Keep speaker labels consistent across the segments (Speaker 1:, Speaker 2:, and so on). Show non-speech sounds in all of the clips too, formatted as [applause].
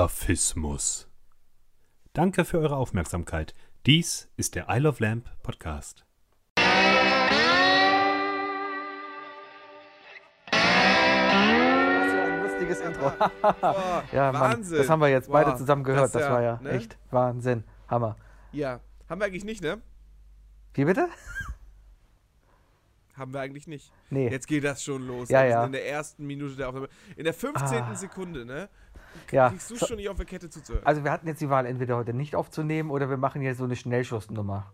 Speaker 1: Salafismus. Danke für eure Aufmerksamkeit. Dies ist der Isle of Lamp Podcast.
Speaker 2: Das war ein lustiges Intro.
Speaker 3: Boah,
Speaker 2: ja, Mann,
Speaker 3: Wahnsinn.
Speaker 2: das haben wir jetzt beide
Speaker 3: Boah,
Speaker 2: zusammen gehört. Das,
Speaker 3: ja,
Speaker 2: war ja
Speaker 3: ne?
Speaker 2: echt Wahnsinn. Hammer.
Speaker 3: Ja, haben wir eigentlich nicht, ne?
Speaker 2: Wie bitte?
Speaker 3: Haben wir eigentlich nicht.
Speaker 2: Nee.
Speaker 3: Jetzt geht das schon los. ne?
Speaker 2: Ja,
Speaker 3: Wir sind
Speaker 2: ja.
Speaker 3: In der ersten Minute der Aufnahme. In der 15.
Speaker 2: Ah.
Speaker 3: Sekunde, ne?
Speaker 2: ja.
Speaker 3: Kriegst du
Speaker 2: So,
Speaker 3: schon nicht auf der Kette zuzuhören.
Speaker 2: also wir hatten jetzt die Wahl, entweder heute nicht aufzunehmen oder wir machen jetzt so eine Schnellschussnummer.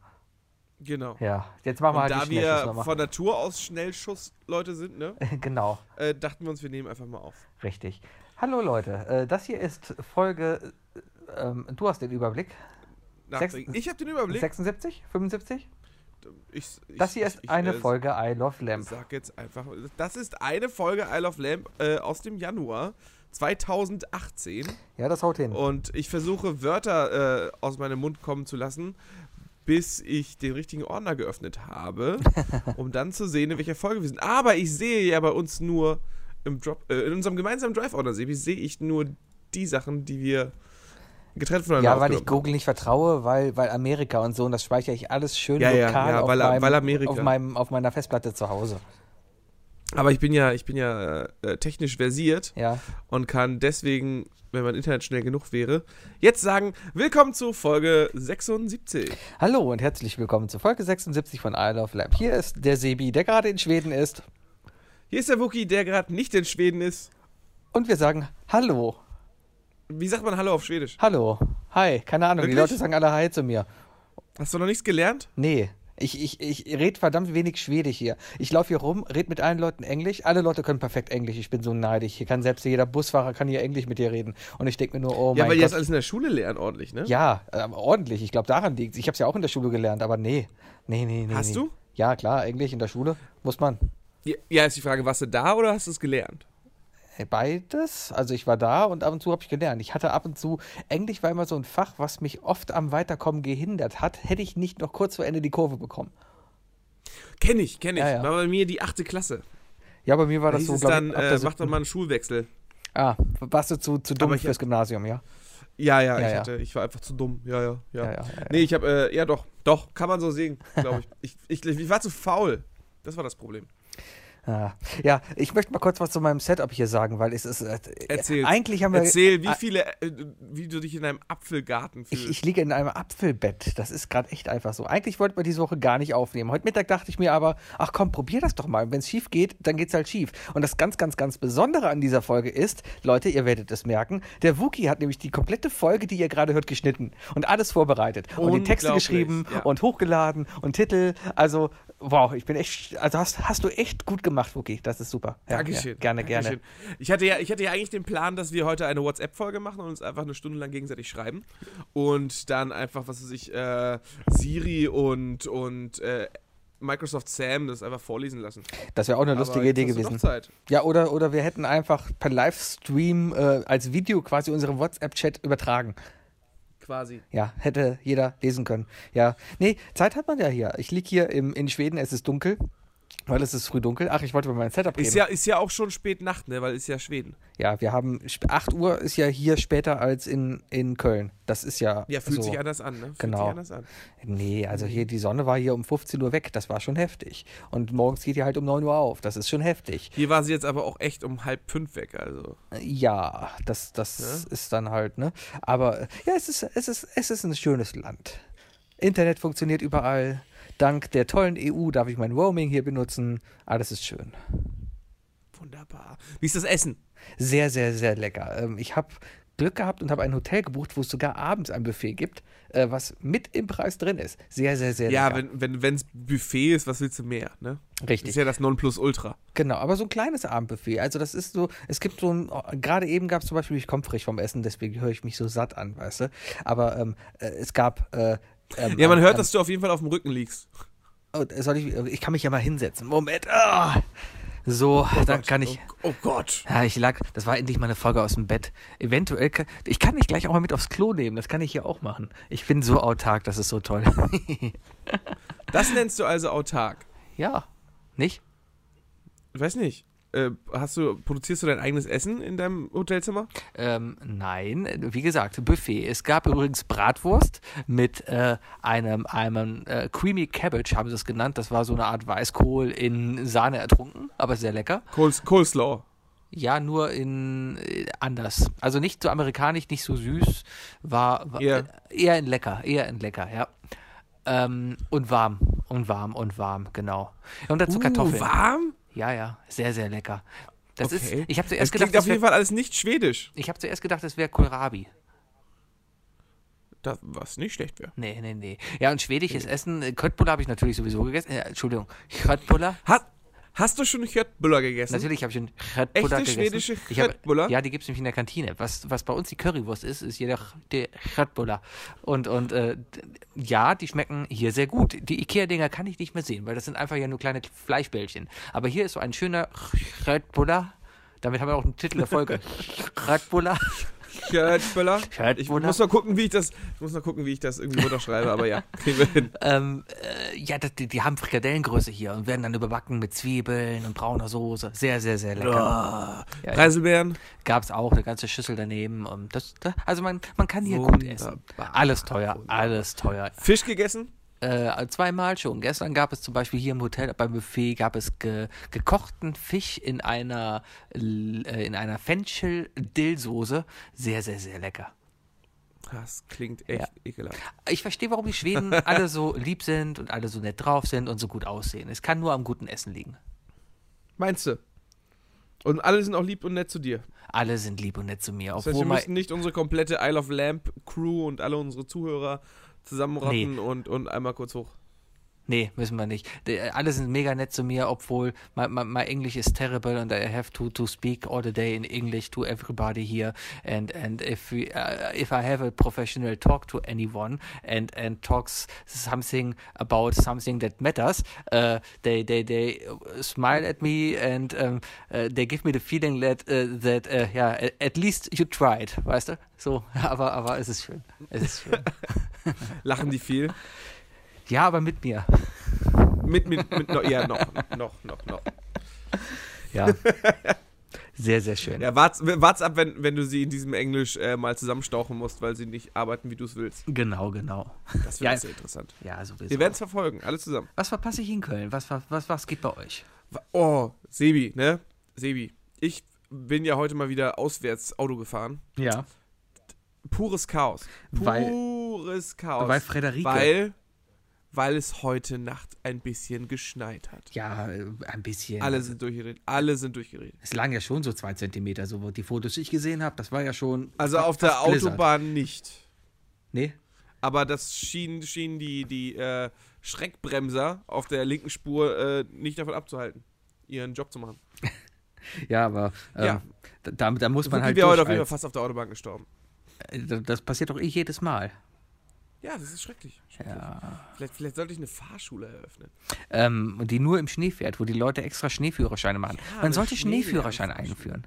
Speaker 3: genau.
Speaker 2: Ja, jetzt machen wir
Speaker 3: Und
Speaker 2: halt
Speaker 3: da
Speaker 2: die
Speaker 3: wir
Speaker 2: Schnellschussnummer.
Speaker 3: von Natur aus Schnellschussleute sind, ne?
Speaker 2: [laughs] genau,
Speaker 3: Äh, dachten wir uns, wir nehmen einfach mal auf.
Speaker 2: richtig. Hallo Leute, äh, das hier ist Folge, äh, ähm, du hast den Überblick,
Speaker 3: Nachträglich. Ich habe den Überblick.
Speaker 2: 76, 75?
Speaker 3: Ich, ich,
Speaker 2: Das hier ist
Speaker 3: ich, ich,
Speaker 2: eine
Speaker 3: äh,
Speaker 2: Folge I Love Lamp.
Speaker 3: Sag jetzt einfach. Das ist eine Folge Isle of Lamp äh, aus dem Januar 2018.
Speaker 2: Ja, das haut hin.
Speaker 3: Und ich versuche Wörter äh, aus meinem Mund kommen zu lassen, bis ich den richtigen Ordner
Speaker 4: [laughs]
Speaker 3: geöffnet habe, um dann zu sehen, in welcher Folge wir sind. Aber ich sehe ja bei uns nur im Drop, äh, in unserem gemeinsamen Drive-Ordner sehe ich- sehe ich nur die Sachen, die wir getrennt voneinander
Speaker 4: Ja, weil ich
Speaker 3: aufgenommen
Speaker 4: Google nicht vertraue, weil, weil Amerika und so, und das speichere ich alles schön
Speaker 3: Ja, ja,
Speaker 4: lokal
Speaker 3: ja,
Speaker 4: auf,
Speaker 3: weil-
Speaker 4: meinem,
Speaker 3: weil Amerika.
Speaker 4: Auf, meinem, auf meiner Festplatte zu Hause.
Speaker 3: haben. Aber ich bin ja, ich bin ja äh, technisch versiert
Speaker 4: Ja.
Speaker 3: und kann deswegen, wenn mein Internet schnell genug wäre, jetzt sagen, willkommen zu Folge 76.
Speaker 4: Hallo und herzlich willkommen zur Folge 76 von I Love Lab. Hier ist der Sebi, der gerade in Schweden ist,
Speaker 3: Hier ist der Wookie, der gerade nicht in Schweden ist.
Speaker 4: und wir sagen Hallo,
Speaker 3: Wie sagt man Hallo auf Schwedisch?
Speaker 4: Hallo, Hi, keine Ahnung,
Speaker 3: Wirklich?
Speaker 4: die Leute sagen alle Hi zu mir.
Speaker 3: Hast du noch nichts gelernt?
Speaker 4: Nee. Ich, ich, ich rede verdammt wenig Schwedisch hier. Ich laufe hier rum, rede mit allen Leuten Englisch. Alle Leute können perfekt Englisch. Ich bin so neidisch. Hier kann selbst jeder Busfahrer kann hier Englisch mit dir reden. Und ich denke mir nur, oh
Speaker 3: ja,
Speaker 4: mein
Speaker 3: weil
Speaker 4: Gott.
Speaker 3: jetzt alles in der Schule lernen ordentlich, ne?
Speaker 4: Ja, aber ordentlich. Ich glaube, daran liegt Ich habe es ja auch in der Schule gelernt, aber nee. Nee, nee, nee.
Speaker 3: Hast
Speaker 4: nee.
Speaker 3: du?
Speaker 4: Ja, klar, eigentlich in der Schule muss man.
Speaker 3: Ja. ja, ist die Frage, warst du da oder hast du es gelernt?
Speaker 4: äh, Beides. Also ich war da und ab und zu habe ich gelernt. Ich hatte ab und zu, Englisch war immer so ein Fach, was mich oft am Weiterkommen gehindert hat, hätte ich nicht noch kurz vor Ende die Kurve bekommen.
Speaker 3: Kenn ich, kenn ich.
Speaker 4: Ja, ja.
Speaker 3: War bei mir die achte Klasse.
Speaker 4: Ja, bei mir war
Speaker 3: Da
Speaker 4: das
Speaker 3: hieß
Speaker 4: so,
Speaker 3: es
Speaker 4: glaub
Speaker 3: dann,
Speaker 4: ich, ab
Speaker 3: äh,
Speaker 4: der
Speaker 3: mach doch
Speaker 4: siebten-
Speaker 3: mal einen Schulwechsel.
Speaker 4: Ah, warst du zu, zu dumm
Speaker 3: Aber ich-
Speaker 4: fürs Gymnasium, ja?
Speaker 3: Ja, ja,
Speaker 4: Ja,
Speaker 3: ich,
Speaker 4: ja.
Speaker 3: Hatte, ich war einfach zu dumm. Ja, ja, ja.
Speaker 4: Ja, ja, ja, ja.
Speaker 3: Nee, ich habe, äh, ja doch, doch, kann man so sehen, glaube [laughs] ich. ich, ich. Ich war zu faul. Das war das Problem.
Speaker 4: Ah. Ja, ich möchte mal kurz was zu meinem Setup hier sagen, weil es ist. Äh,
Speaker 3: Erzähl.
Speaker 4: Eigentlich haben wir.
Speaker 3: Erzähl, wie viele, äh, wie du dich in einem Apfelgarten fühlst.
Speaker 4: Ich, ich liege in einem Apfelbett. Das ist gerade echt einfach so. Eigentlich wollten wir diese Woche gar nicht aufnehmen. Heute Mittag dachte ich mir aber, ach komm, probier das doch mal. Wenn es schief geht, dann geht's halt schief. Und das ganz, ganz, ganz Besondere an dieser Folge ist, Leute, ihr werdet es merken, der Wookie hat nämlich die komplette Folge, die ihr gerade hört, geschnitten und alles vorbereitet. Und die Texte
Speaker 3: Unglaublich,
Speaker 4: geschrieben
Speaker 3: ja.
Speaker 4: und hochgeladen und Titel. Also, wow, ich bin echt, also hast, hast du echt gut gemacht, Wookie. Das ist super. Ja,
Speaker 3: Dankeschön.
Speaker 4: Ja, gerne, gerne.
Speaker 3: Dankeschön. Ich hatte, ja, ich hatte ja eigentlich den Plan, dass wir heute eine WhatsApp-Folge machen und uns einfach eine Stunde lang gegenseitig schreiben. Und dann einfach, was weiß ich, äh, Siri und, und äh, Microsoft Sam das einfach vorlesen lassen.
Speaker 4: Das wäre auch eine
Speaker 3: Aber
Speaker 4: lustige
Speaker 3: jetzt
Speaker 4: Idee
Speaker 3: hast du
Speaker 4: gewesen.
Speaker 3: Noch Zeit.
Speaker 4: Ja, oder, oder wir hätten einfach per Livestream äh, als Video quasi unseren WhatsApp-Chat übertragen.
Speaker 3: Quasi.
Speaker 4: Ja, hätte jeder lesen können. Ja, nee, Zeit hat man ja hier. Ich lieg hier im, in Schweden, es ist dunkel, weil es ist früh dunkel. Ach, ich wollte über mein Setup reden.
Speaker 3: Ist ja, ist ja auch schon spät Nacht, ne? Weil ist ja Schweden.
Speaker 4: ja, wir haben, sp- 8 Uhr ist ja hier später als in, in Köln. Das ist ja
Speaker 3: Ja, fühlt
Speaker 4: so.
Speaker 3: sich anders an, ne? Fühlt
Speaker 4: Genau.
Speaker 3: sich anders an.
Speaker 4: Nee, also hier, die Sonne war hier um 15 Uhr weg, das war schon heftig. Und morgens geht ihr halt um 9 Uhr auf, das ist schon heftig.
Speaker 3: Hier war sie jetzt aber auch echt um halb fünf weg, also.
Speaker 4: Ja, das, das ist dann halt, ne? Aber äh, ja, es ist, es, ist, es ist ein schönes Land. Internet funktioniert überall. Dank der tollen EU darf ich mein Roaming hier benutzen. Alles ist schön.
Speaker 3: Wunderbar. Wie ist das Essen?
Speaker 4: Sehr, sehr, sehr lecker. Ähm, ich habe Glück gehabt und habe ein Hotel gebucht, wo es sogar abends ein Buffet gibt, äh, was mit im Preis drin ist. Sehr, sehr, sehr
Speaker 3: Ja,
Speaker 4: lecker.
Speaker 3: wenn wenn wenn's Buffet ist, was willst du mehr, ne?
Speaker 4: Richtig.
Speaker 3: Ist ja das Nonplusultra.
Speaker 4: Genau, aber so ein kleines Abendbuffet. Also das ist so, es gibt so ein, oh, gerade eben gab es zum Beispiel, ich komme frisch vom Essen, deswegen höre ich mich so satt an, weißt du. Aber ähm, äh, es gab. Äh, ähm,
Speaker 3: Ja, man
Speaker 4: ähm,
Speaker 3: hört,
Speaker 4: ähm,
Speaker 3: dass du auf jeden Fall auf dem Rücken liegst.
Speaker 4: oh, soll ich, ich kann mich ja mal hinsetzen. Moment. Ah. So, [laughs] dann kann ich.
Speaker 3: Oh, Gott.
Speaker 4: Ja, ich lag, das war endlich mal eine Folge aus dem Bett. Eventuell, ka- ich kann mich gleich auch mal mit aufs Klo nehmen, das kann ich hier auch machen. Ich bin so autark, das ist so toll. [laughs]
Speaker 3: Das nennst du also autark.
Speaker 4: ja, nicht?
Speaker 3: Ich weiß nicht. äh, hast du, produzierst du dein eigenes Essen in deinem Hotelzimmer?
Speaker 4: Ähm, nein, wie gesagt, Buffet. Es gab übrigens Bratwurst mit äh, einem, einem äh, Creamy Cabbage, haben sie es genannt. Das war so eine Art Weißkohl in Sahne ertrunken, aber sehr lecker.
Speaker 3: Coles, Coleslaw.
Speaker 4: Ja, nur in äh, anders. Also nicht so amerikanisch, nicht so süß. War, war
Speaker 3: Eher-
Speaker 4: äh, eher in lecker, eher in lecker, ja. Ähm, und warm, und warm, und warm, genau. Und dazu Kartoffeln.
Speaker 3: Uh, warm?
Speaker 4: Ja, ja, sehr, sehr lecker. Das
Speaker 3: Okay.
Speaker 4: ist, ich habe
Speaker 3: Es
Speaker 4: zuerst
Speaker 3: klingt
Speaker 4: gedacht, das
Speaker 3: auf jeden
Speaker 4: wär,
Speaker 3: Fall alles nicht schwedisch.
Speaker 4: ich habe zuerst gedacht, das wäre Kohlrabi.
Speaker 3: Das, was nicht schlecht wäre.
Speaker 4: Nee, nee, nee. Ja, und schwedisches Essen, äh, Köttbullar habe ich natürlich sowieso gegessen. Äh, Entschuldigung, Köttbullar?
Speaker 3: Ha, hast du schon Köttbullar gegessen?
Speaker 4: Natürlich habe ich einen Köttbullar
Speaker 3: Echte
Speaker 4: gegessen.
Speaker 3: schwedische
Speaker 4: Ich habe-
Speaker 3: Köttbullar?
Speaker 4: Ja, die gibt es nämlich in der Kantine. Was, was bei uns die Currywurst ist, ist jeder der Köttbullar. Und, und äh, d- ja, die schmecken hier sehr gut. Die Ikea-Dinger kann ich nicht mehr sehen, weil das sind einfach ja nur kleine Fleischbällchen. Aber hier ist so ein schöner Köttbullar. Damit haben wir auch einen Titel der
Speaker 3: [laughs]
Speaker 4: Folge. Köttbullar. [laughs]
Speaker 3: Köttbullar.
Speaker 4: Köttbullar.
Speaker 3: Ich muss noch gucken, wie ich das, ich muss noch gucken, wie ich das irgendwie runterschreibe, aber ja, [laughs] kriegen wir hin.
Speaker 4: Ähm, äh, ja, das, die, die haben Frikadellengröße hier und werden dann überbacken mit Zwiebeln und brauner Soße. Sehr, sehr, sehr lecker. Ja, ja.
Speaker 3: Preiselbeeren.
Speaker 4: Gab's auch eine ganze Schüssel daneben. Und das, da, also man, man kann hier gut essen. Alles teuer, alles teuer.
Speaker 3: Fisch gegessen?
Speaker 4: Äh, zweimal schon. Gestern gab es zum Beispiel hier im Hotel beim Buffet gab es ge, gekochten Fisch in einer L- äh, in einer Fenchel-Dillsoße. Sehr, sehr, sehr lecker.
Speaker 3: Das klingt echt ekelhaft.
Speaker 4: Ich verstehe, warum die Schweden alle so lieb sind und alle so nett drauf sind und so gut aussehen. Es kann nur am guten Essen liegen.
Speaker 3: Meinst du? Und alle sind auch lieb und nett zu dir.
Speaker 4: Alle sind lieb und nett zu mir.
Speaker 3: Das heißt,
Speaker 4: Obwohl
Speaker 3: wir
Speaker 4: mein,
Speaker 3: müssen nicht unsere komplette Isle of Lamp Crew und alle unsere Zuhörer zusammenrotten
Speaker 4: Nee.
Speaker 3: und, und einmal kurz hoch.
Speaker 4: nee, müssen wir nicht. De- äh, alle sind mega nett zu mir, obwohl my, my, my English is terrible and I have to, to speak all the day in English to everybody here. And, and if, we, uh, if I have a professional talk to anyone and, and talks something about something that matters, uh, they, they, they uh, smile at me and um, uh, they give me the feeling that, uh, that uh, yeah, a- at least you tried, weißt du? So, [laughs] aber, aber es ist schön. Es ist
Speaker 3: [laughs]
Speaker 4: schön.
Speaker 3: Lachen die viel?
Speaker 4: ja, aber mit mir.
Speaker 3: Mit, mit, mit, no, ja, noch, noch, noch, noch. [laughs]
Speaker 4: Ja. Sehr, sehr schön.
Speaker 3: Ja, wart's, wart's ab, wenn, wenn du sie in diesem Englisch äh, mal zusammenstauchen musst, weil sie nicht arbeiten, wie du es willst.
Speaker 4: Genau, genau.
Speaker 3: Das wird
Speaker 4: Ja.
Speaker 3: sehr interessant.
Speaker 4: Ja, sowieso.
Speaker 3: Wir werden es verfolgen, alle zusammen.
Speaker 4: Was verpasse ich in Köln? Was, was, was, was geht bei euch?
Speaker 3: Wa- Oh, Sebi, ne? Sebi, ich bin ja heute mal wieder auswärts Auto gefahren.
Speaker 4: Ja,
Speaker 3: Pures Chaos.
Speaker 4: Weil-
Speaker 3: Pures Chaos.
Speaker 4: weil Frederike.
Speaker 3: weil, weil es heute Nacht ein bisschen geschneit hat.
Speaker 4: ja, äh, ein bisschen.
Speaker 3: Alle sind durchgeredet. Alle sind durchgeredet.
Speaker 4: Es lagen ja schon so zwei Zentimeter, so wo die Fotos, die ich gesehen habe. Das war ja schon.
Speaker 3: Also
Speaker 4: fa-
Speaker 3: auf der
Speaker 4: fast Blizzard.
Speaker 3: Autobahn nicht.
Speaker 4: Nee.
Speaker 3: Aber das schienen schien die, die äh, Schreckbremser auf der linken Spur äh, nicht davon abzuhalten, ihren Job zu machen.
Speaker 4: Ja, aber ähm,
Speaker 3: Ja.
Speaker 4: da- da, da muss man
Speaker 3: Wookie
Speaker 4: halt.
Speaker 3: wäre heute auf jeden Fall
Speaker 4: durch,
Speaker 3: fast auf der Autobahn gestorben.
Speaker 4: als, äh, das passiert doch eh jedes Mal.
Speaker 3: Ja, das ist schrecklich. schrecklich.
Speaker 4: Ja.
Speaker 3: Vielleicht, vielleicht sollte ich eine Fahrschule eröffnen.
Speaker 4: Ähm, und die nur im Schnee fährt, wo die Leute extra Schneeführerscheine machen.
Speaker 3: Ja,
Speaker 4: man
Speaker 3: das
Speaker 4: sollte
Speaker 3: Schnee-
Speaker 4: Schneeführerscheine einführen.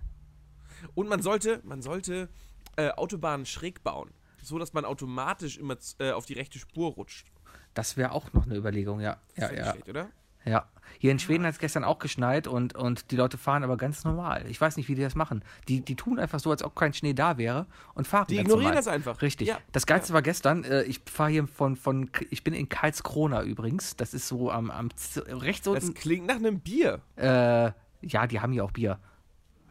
Speaker 3: Und man sollte, man sollte äh, Autobahnen schräg bauen, so dass man automatisch immer z- äh, auf die rechte Spur rutscht.
Speaker 4: Das wäre auch noch eine Überlegung, ja.
Speaker 3: Das
Speaker 4: Ja,
Speaker 3: wär nicht
Speaker 4: ja.
Speaker 3: schlecht, oder?
Speaker 4: Ja, hier in Schweden hat es gestern auch geschneit und, und die Leute fahren aber ganz normal. Ich weiß nicht, wie die das machen. Die, die tun einfach so, als ob kein Schnee da wäre und fahren
Speaker 3: Die
Speaker 4: ganz
Speaker 3: ignorieren
Speaker 4: normal.
Speaker 3: das einfach.
Speaker 4: Richtig.
Speaker 3: Ja,
Speaker 4: das Geilste war gestern, äh, ich fahre hier von, von, ich bin in Karlskrona übrigens. Das ist so am, am Z- rechts
Speaker 3: Das
Speaker 4: unten.
Speaker 3: klingt nach einem Bier.
Speaker 4: Äh, ja, die haben hier auch Bier.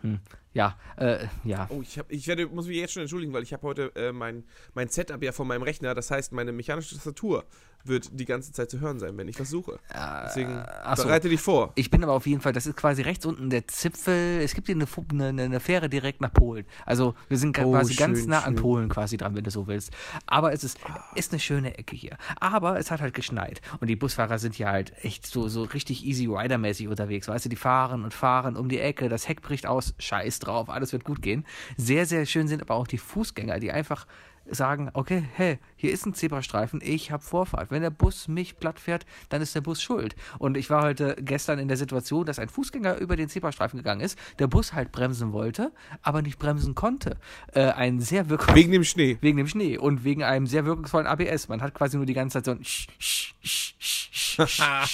Speaker 4: Hm. Ja, äh, ja.
Speaker 3: Oh, ich, hab, ich werde, muss mich jetzt schon entschuldigen, weil ich habe heute äh, mein, mein Setup ja von meinem Rechner. Das heißt, meine mechanische Tastatur wird die ganze Zeit zu hören sein, wenn ich was suche. Deswegen
Speaker 4: ach so.
Speaker 3: bereite dich vor.
Speaker 4: Ich bin aber auf jeden Fall, das ist quasi rechts unten der Zipfel. Es gibt hier eine, Fu- eine, eine- eine Fähre direkt nach Polen. Also wir sind ga-
Speaker 3: Oh,
Speaker 4: quasi ganz
Speaker 3: schön,
Speaker 4: nah an
Speaker 3: schön.
Speaker 4: Polen quasi dran, wenn du so willst. Aber es ist, ist eine schöne Ecke hier. Aber es hat halt geschneit. Und die Busfahrer sind hier halt echt so, so richtig easy rider-mäßig unterwegs. Weißt du, die fahren und fahren um die Ecke, das Heck bricht aus, scheiß drauf, alles wird gut gehen. Sehr, sehr schön sind aber auch die Fußgänger, die einfach sagen, okay, hey, hier ist ein Zebrastreifen, ich habe Vorfahrt. Wenn der Bus mich platt fährt, dann ist der Bus schuld. Und ich war heute gestern in der Situation, dass ein Fußgänger über den Zebrastreifen gegangen ist, der Bus halt bremsen wollte, aber nicht bremsen konnte. Äh, ein sehr wirkungsvolles
Speaker 3: Wegen dem Schnee.
Speaker 4: Wegen dem Schnee und wegen einem sehr wirkungsvollen ABS. Man hat quasi nur
Speaker 3: [laughs]
Speaker 4: die ganze Zeit so ein Sch- Sch- Sch- Sch- Sch-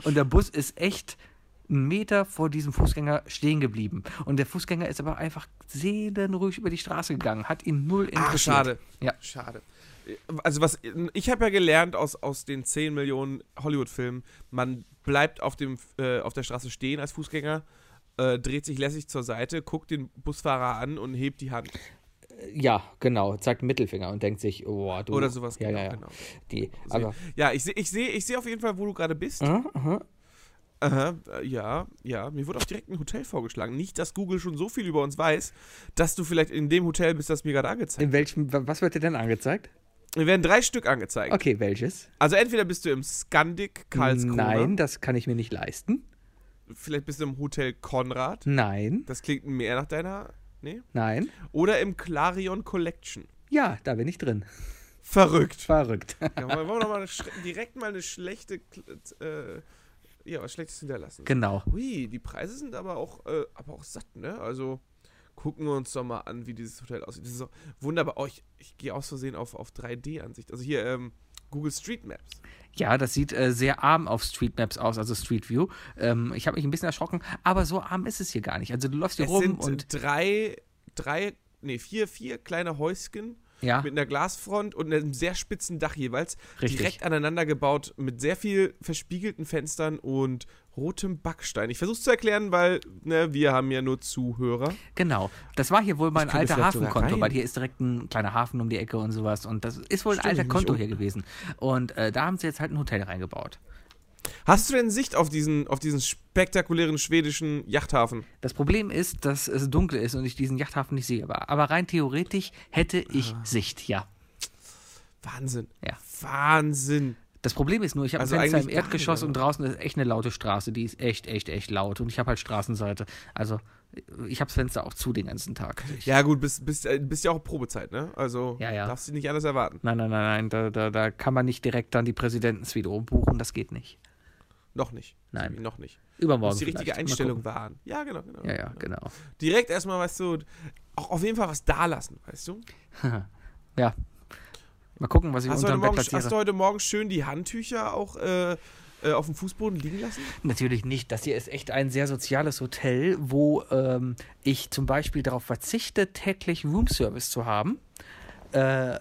Speaker 4: Sch. Und der Bus ist echt einen Meter vor diesem Fußgänger stehen geblieben. Und der Fußgänger ist aber einfach seelenruhig über die Straße gegangen, hat ihn null interessiert.
Speaker 3: Ach, schade.
Speaker 4: Ja.
Speaker 3: Schade. Also was, ich habe ja gelernt aus, aus den 10 Millionen Hollywood-Filmen, man bleibt auf, dem, äh, auf der Straße stehen als Fußgänger, äh, dreht sich lässig zur Seite, guckt den Busfahrer an und hebt die Hand.
Speaker 4: Ja, genau. Zeigt einen Mittelfinger und denkt sich, oh, du.
Speaker 3: Oder sowas.
Speaker 4: Ja, ja, ja.
Speaker 3: genau.
Speaker 4: Die,
Speaker 3: Also,
Speaker 4: aber,
Speaker 3: ja, ich sehe ich seh, ich seh auf jeden Fall, wo du gerade bist.
Speaker 4: aha, aha.
Speaker 3: Aha, äh, ja, ja. Mir wurde auch direkt ein Hotel vorgeschlagen. Nicht, dass Google schon so viel über uns weiß, dass du vielleicht in dem Hotel bist, das mir gerade angezeigt
Speaker 4: In welchem, wa- was wird dir denn angezeigt?
Speaker 3: wird. Mir werden drei Stück angezeigt.
Speaker 4: Okay, welches?
Speaker 3: Also entweder bist du im Scandic Karlskrona.
Speaker 4: Nein, das kann ich mir nicht leisten.
Speaker 3: Vielleicht bist du im Hotel Konrad.
Speaker 4: Nein,
Speaker 3: Das klingt mehr nach deiner. Nee.
Speaker 4: nein.
Speaker 3: Oder im Clarion Collection.
Speaker 4: Ja, da bin ich drin.
Speaker 3: Verrückt.
Speaker 4: Verrückt.
Speaker 3: Ja, wollen wir doch mal eine schre- direkt mal eine schlechte. Kl- Äh, ja, was Schlechtes
Speaker 4: [laughs]
Speaker 3: hinterlassen.
Speaker 4: genau.
Speaker 3: Ui, die Preise sind aber auch, äh, aber auch satt, ne? Also gucken wir uns doch mal an, wie dieses Hotel aussieht. Das ist so wunderbar. Oh, ich, ich gehe aus Versehen auf, auf 3D-Ansicht. Also hier, ähm, Google Street Maps.
Speaker 4: Ja, das sieht äh, sehr arm auf Street Maps aus, also Street View. Ähm, ich habe mich ein bisschen erschrocken, aber so arm ist es hier gar nicht. Also du läufst hier
Speaker 3: es
Speaker 4: rum
Speaker 3: sind
Speaker 4: und
Speaker 3: drei, drei, nee, vier, vier kleine Häuschen
Speaker 4: ja,
Speaker 3: mit einer Glasfront und einem sehr spitzen Dach jeweils.
Speaker 4: Ah. Richtig.
Speaker 3: Direkt aneinander gebaut mit sehr viel verspiegelten Fenstern und rotem Backstein. Ich versuche es zu erklären, weil ne, wir haben ja nur Zuhörer.
Speaker 4: genau. Das war hier wohl mal ein
Speaker 3: könnte
Speaker 4: alter
Speaker 3: vielleicht sogar
Speaker 4: Hafenkonto,
Speaker 3: rein.
Speaker 4: weil hier ist direkt ein kleiner Hafen um die Ecke und sowas. Und das ist wohl ein
Speaker 3: Stimmt,
Speaker 4: alter
Speaker 3: nicht um.
Speaker 4: Konto
Speaker 3: unten.
Speaker 4: hier gewesen. Und äh, da haben sie jetzt halt ein Hotel reingebaut.
Speaker 3: Hast du denn Sicht auf diesen, auf diesen spektakulären schwedischen Yachthafen?
Speaker 4: Das Problem ist, dass es dunkel ist und ich diesen Yachthafen nicht sehe. Aber aber rein theoretisch hätte ich
Speaker 3: Ah.
Speaker 4: Sicht, ja.
Speaker 3: Wahnsinn.
Speaker 4: Ja.
Speaker 3: Wahnsinn.
Speaker 4: Das Problem ist nur, ich habe
Speaker 3: Also
Speaker 4: ein Fenster im
Speaker 3: eigentlich gar
Speaker 4: Erdgeschoss
Speaker 3: nicht,
Speaker 4: und draußen ist echt eine laute Straße. Die ist echt, echt, echt laut. Und ich habe halt Straßenseite. Also ich habe das Fenster auch zu den ganzen Tag. Ich,
Speaker 3: Ja, gut, bist, bist, äh, bist ja auch Probezeit, ne? Also
Speaker 4: Ja, ja.
Speaker 3: darfst du nicht anders erwarten.
Speaker 4: Nein, nein, nein, nein. Da, da, da kann man nicht direkt dann die Präsidentensuite umbuchen. Das geht nicht.
Speaker 3: Noch nicht.
Speaker 4: Nein.
Speaker 3: Sebi, Noch nicht. Du
Speaker 4: Übermorgen.
Speaker 3: musst die richtige
Speaker 4: vielleicht. Mal
Speaker 3: Einstellung wahren. Ja, genau, genau.
Speaker 4: gucken. Ja, ja, genau.
Speaker 3: Direkt erstmal, weißt du, auch auf jeden Fall was da lassen, weißt du?
Speaker 4: Ja. Mal gucken, was ich
Speaker 3: Hast du,
Speaker 4: unter
Speaker 3: heute
Speaker 4: dem Bett
Speaker 3: morgen, hast du
Speaker 4: platziere.
Speaker 3: heute Morgen schön die Handtücher auch äh, äh, auf dem Fußboden liegen lassen?
Speaker 4: Natürlich nicht. Das hier ist echt ein sehr soziales Hotel, wo ähm, ich zum Beispiel darauf verzichte, täglich Roomservice zu haben. Äh,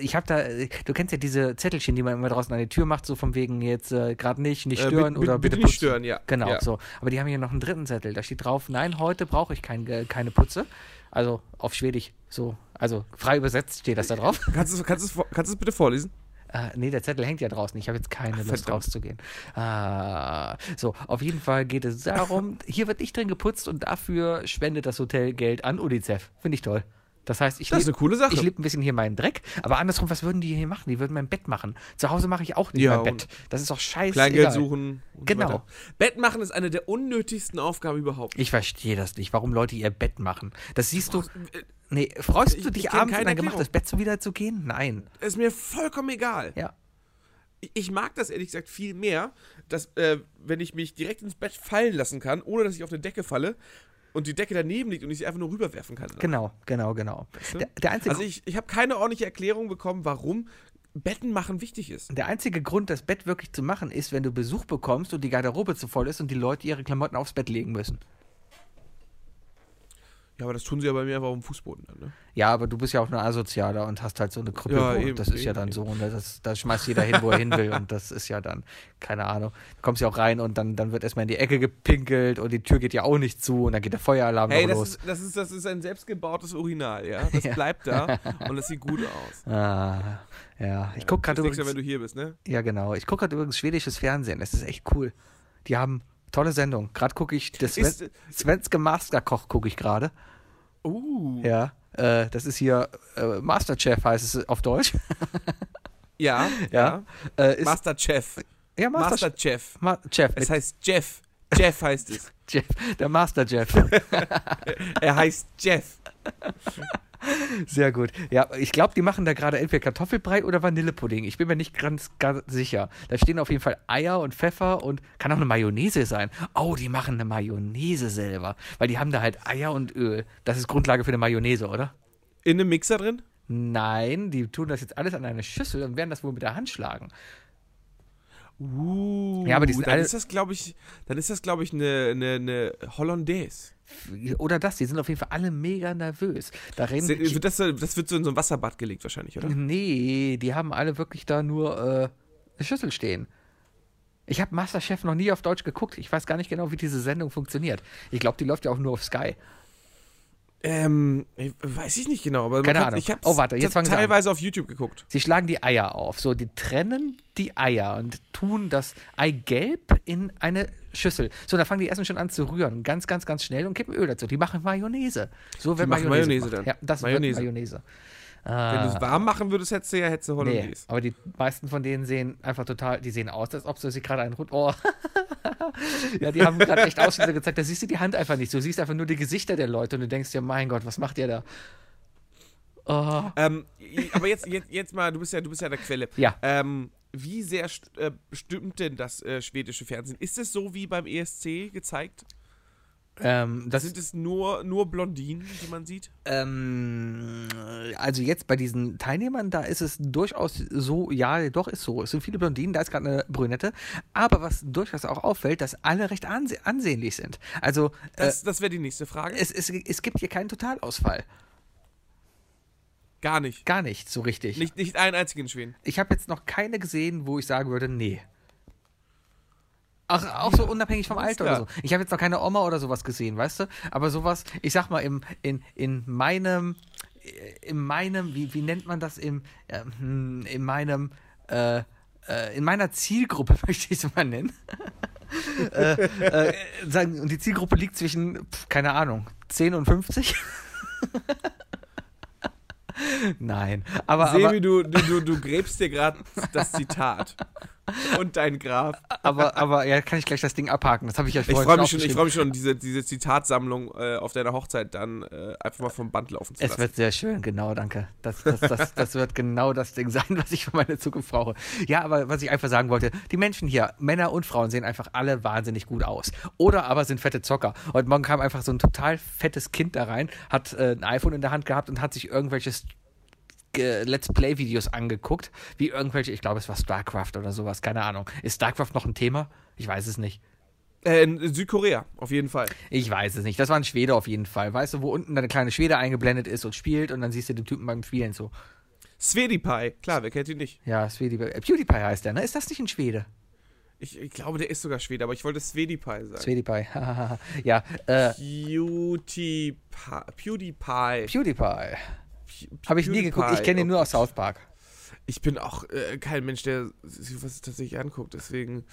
Speaker 4: ich habe da, du kennst ja diese Zettelchen, die man immer draußen an die Tür macht, so von wegen jetzt äh, gerade nicht, nicht
Speaker 3: Äh,
Speaker 4: stören
Speaker 3: bi- bi-
Speaker 4: oder bitte,
Speaker 3: bitte nicht
Speaker 4: putzen.
Speaker 3: stören, ja.
Speaker 4: Genau,
Speaker 3: Ja.
Speaker 4: so. Aber die haben hier noch einen dritten Zettel. Da steht drauf, nein, heute brauche ich kein, Ge- keine Putze. Also auf Schwedisch, so. Also frei übersetzt steht das da drauf.
Speaker 3: Kannst du es kannst du es vor- kannst du es bitte vorlesen?
Speaker 4: Äh, nee, der Zettel hängt ja draußen. Ich habe jetzt keine Lust rauszugehen. Ah, so, auf jeden Fall geht es
Speaker 3: [laughs]
Speaker 4: darum, hier wird nicht drin geputzt und dafür spendet das Hotel Geld an UNICEF. Finde ich toll. Das heißt, ich
Speaker 3: Das ist
Speaker 4: leb-
Speaker 3: eine coole Sache.
Speaker 4: Ich lebe ein bisschen hier meinen Dreck, aber andersrum, was würden die hier machen? Die würden mein Bett machen. Zu Hause mache ich auch nicht
Speaker 3: Ja,
Speaker 4: mein
Speaker 3: und
Speaker 4: Bett. Das ist doch scheiße.
Speaker 3: Kleingeld suchen. Und
Speaker 4: Genau.
Speaker 3: So weiter. Bett machen ist eine der unnötigsten Aufgaben überhaupt.
Speaker 4: Ich verstehe das nicht, warum Leute ihr Bett machen. Das siehst du.
Speaker 3: äh,
Speaker 4: Nee, freust
Speaker 3: ich-
Speaker 4: du
Speaker 3: ich
Speaker 4: dich
Speaker 3: kenn
Speaker 4: abends in
Speaker 3: keine
Speaker 4: dein gemachtes
Speaker 3: Erklärung.
Speaker 4: Bett so wieder zu gehen? Nein.
Speaker 3: Ist mir vollkommen egal.
Speaker 4: Ja.
Speaker 3: Ich- Ich mag das ehrlich gesagt viel mehr, dass äh, wenn ich mich direkt ins Bett fallen lassen kann, ohne dass ich auf eine Decke falle und die Decke daneben liegt und ich sie einfach nur rüberwerfen kann.
Speaker 4: Genau, genau, genau.
Speaker 3: du?
Speaker 4: Der, der einzige
Speaker 3: Also ich, ich habe keine ordentliche Erklärung bekommen, warum Betten machen wichtig ist.
Speaker 4: Der einzige Grund, das Bett wirklich zu machen, ist, wenn du Besuch bekommst und die Garderobe zu voll ist und die Leute ihre Klamotten aufs Bett legen müssen.
Speaker 3: Ja, aber das tun sie ja bei mir einfach auf dem Fußboden dann, ne?
Speaker 4: Ja, aber du bist ja auch nur Asozialer und hast halt so eine Krüppel.
Speaker 3: Ja,
Speaker 4: wo-
Speaker 3: eben,
Speaker 4: das ist ja
Speaker 3: eben,
Speaker 4: dann so. Und das, da schmeißt jeder hin, wo er hin will. Und das ist ja dann, keine Ahnung. Du kommst ja auch rein und dann, dann wird erstmal in die Ecke gepinkelt und die Tür geht ja auch nicht zu und dann geht der Feueralarm
Speaker 3: Hey,
Speaker 4: noch
Speaker 3: das
Speaker 4: los.
Speaker 3: ist, das, ist, das ist ein selbstgebautes Urinal,
Speaker 4: [laughs]
Speaker 3: ja? Das
Speaker 4: Ja.
Speaker 3: bleibt da und das sieht gut aus.
Speaker 4: Ah, ja. Ich gucke gerade
Speaker 3: Das nächste
Speaker 4: übrigens.
Speaker 3: Mal, wenn du hier bist, ne?
Speaker 4: Ja, genau. Ich gucke gerade übrigens schwedisches Fernsehen. Das ist echt cool. Die haben tolle Sendung. Gerade gucke ich das Sven,
Speaker 3: Ist- äh,
Speaker 4: Svenske Masterkoch gucke ich gerade.
Speaker 3: Uh.
Speaker 4: Ja, äh, das ist hier äh, Masterchef heißt es auf Deutsch.
Speaker 3: Ja,
Speaker 4: Ja,
Speaker 3: ja.
Speaker 4: Äh, ist,
Speaker 3: Masterchef.
Speaker 4: ja Master
Speaker 3: Masterchef.
Speaker 4: Ma Chef,
Speaker 3: Es
Speaker 4: mit
Speaker 3: heißt Jeff. Jeff heißt es.
Speaker 4: Jeff, der Master Jeff.
Speaker 3: Er heißt Jeff.
Speaker 4: Sehr gut. Ja, ich glaube, die machen da gerade entweder Kartoffelbrei oder Vanillepudding. Ich bin mir nicht ganz, ganz sicher. Da stehen auf jeden Fall Eier und Pfeffer und kann auch eine Mayonnaise sein. Oh, die machen eine Mayonnaise selber, weil die haben da halt Eier und Öl. Das ist Grundlage für eine Mayonnaise, oder?
Speaker 3: In einem Mixer drin?
Speaker 4: Nein, die tun das jetzt alles an eine Schüssel und werden das wohl mit der Hand schlagen.
Speaker 3: Uh,
Speaker 4: Ja, aber die sind
Speaker 3: dann
Speaker 4: alle-
Speaker 3: ist das, glaube ich, dann ist das, glaube ich, eine, eine, eine Hollandaise.
Speaker 4: Oder das, die sind auf jeden Fall alle mega nervös. Da reden
Speaker 3: Sind- wird Das, so- das wird so in so ein Wasserbad gelegt wahrscheinlich, oder?
Speaker 4: Hm. Nee, die haben alle wirklich da nur äh, eine Schüssel stehen. Ich habe Masterchef noch nie auf Deutsch geguckt. Ich weiß gar nicht genau, wie diese Sendung funktioniert. Ich glaube, die läuft ja auch nur auf Sky.
Speaker 3: Ähm, ich- weiß ich nicht genau, aber man
Speaker 4: Keine
Speaker 3: kann-
Speaker 4: Ahnung.
Speaker 3: ich habe
Speaker 4: Oh, warte, jetzt fangen sie an.
Speaker 3: teilweise auf YouTube geguckt.
Speaker 4: Sie schlagen die Eier auf. So, die trennen die Eier und tun das Eigelb in eine Schüssel. So, da fangen die ersten schon an zu rühren. Ganz, ganz, ganz schnell und kippen Öl dazu. Die machen Mayonnaise. So wird
Speaker 3: machen
Speaker 4: Mayonnaise.
Speaker 3: Mayonnaise
Speaker 4: gemacht.
Speaker 3: dann.
Speaker 4: Ja, das
Speaker 3: Mayonnaise.
Speaker 4: wird Mayonnaise.
Speaker 3: Wenn du
Speaker 4: Ah.
Speaker 3: es warm machen würdest, hättest du ja hättest du
Speaker 4: Nee,
Speaker 3: Hollandaise.
Speaker 4: aber die meisten von denen sehen einfach total, die sehen aus, als ob sie sich gerade einen Hund. Oh. [laughs] ja, die haben gerade echt Ausschnitte gezeigt. Da siehst du die Hand einfach nicht. Du siehst einfach nur die Gesichter der Leute und du denkst dir, mein Gott, was macht ihr da? Oh.
Speaker 3: Ähm, i- aber jetzt, jetzt, jetzt mal, du bist ja, du bist ja der Quelle.
Speaker 4: Ja.
Speaker 3: Ähm, wie sehr st äh, stimmt denn das äh, schwedische Fernsehen? Ist es so wie beim ESC gezeigt?
Speaker 4: Ähm, das Äh,
Speaker 3: Sind es nur, nur Blondinen, die man sieht?
Speaker 4: Ähm, also jetzt bei diesen Teilnehmern, da ist es durchaus so, ja, doch ist so. Es sind viele Blondinen, da ist gerade eine Brünette. Aber was durchaus auch auffällt, dass alle recht anse ansehnlich sind. Also äh,
Speaker 3: Das, das wäre die nächste Frage.
Speaker 4: es, es, es gibt hier keinen Totalausfall.
Speaker 3: Gar nicht.
Speaker 4: Gar nicht so richtig.
Speaker 3: Nicht, nicht einen einzigen in Schweden.
Speaker 4: Ich habe jetzt noch keine gesehen, wo ich sagen würde, nee. Ach, auch so unabhängig vom
Speaker 3: alles
Speaker 4: Alter oder so.
Speaker 3: klar.
Speaker 4: Ich habe jetzt noch keine Oma oder sowas gesehen, weißt du? Aber sowas, ich sag mal, im, in, in meinem, äh, in meinem, wie, wie nennt man das, im, äh, hm, in meinem, äh, äh, in meiner Zielgruppe [laughs] möchte ich es mal nennen. äh, äh, sagen, und die Zielgruppe liegt zwischen, pf, keine Ahnung, 10 und 50? [laughs] Nein. Aber, aber,
Speaker 3: Sebi, du, du, du, du gräbst dir gerade das Zitat. Und dein Graf.
Speaker 4: Aber, aber ja, kann ich gleich das Ding abhaken. Das habe ich ja
Speaker 3: Ich
Speaker 4: vorhin
Speaker 3: freue mich schon,
Speaker 4: aufgeschrieben.
Speaker 3: ich freu mich schon diese, diese Zitatsammlung äh, auf deiner Hochzeit dann äh, einfach mal vom Band laufen zu
Speaker 4: Es
Speaker 3: lassen.
Speaker 4: wird sehr schön, genau, danke. Das, das, das, das wird genau das Ding sein, was ich für meine Zukunft brauche. Ja, aber was ich einfach sagen wollte, die Menschen hier, Männer und Frauen, sehen einfach alle wahnsinnig gut aus. Oder aber sind fette Zocker. Heute Morgen kam einfach so ein total fettes Kind da rein, hat äh, ein iPhone in der Hand gehabt und hat sich irgendwelches äh, Let's Play-Videos angeguckt, wie irgendwelche, ich glaube, es war StarCraft oder sowas, keine Ahnung. Ist StarCraft noch ein Thema? Ich weiß es nicht.
Speaker 3: Äh, in Südkorea, auf jeden Fall.
Speaker 4: Ich weiß es nicht. Das war ein Schwede auf jeden Fall. Weißt du, wo unten eine kleine Schwede eingeblendet ist und spielt und dann siehst du den Typen beim Spielen so.
Speaker 3: Svedipie, klar, wer kennt ihn nicht?
Speaker 4: Ja, Swedi äh, PewDiePie heißt der, ne? Ist das nicht ein Schwede?
Speaker 3: Ich, ich glaube, der ist sogar Schwede, aber ich wollte Svedipie sagen.
Speaker 4: SwediPie. [laughs] ja, äh,
Speaker 3: PewDiePie. PewDiePie.
Speaker 4: PewDiePie.
Speaker 3: Pew-
Speaker 4: Habe ich nie geguckt. Ich kenne ihn
Speaker 3: PewDiePie.
Speaker 4: nur aus South Park.
Speaker 3: Ich bin auch äh, kein Mensch, der sich was tatsächlich anguckt, deswegen.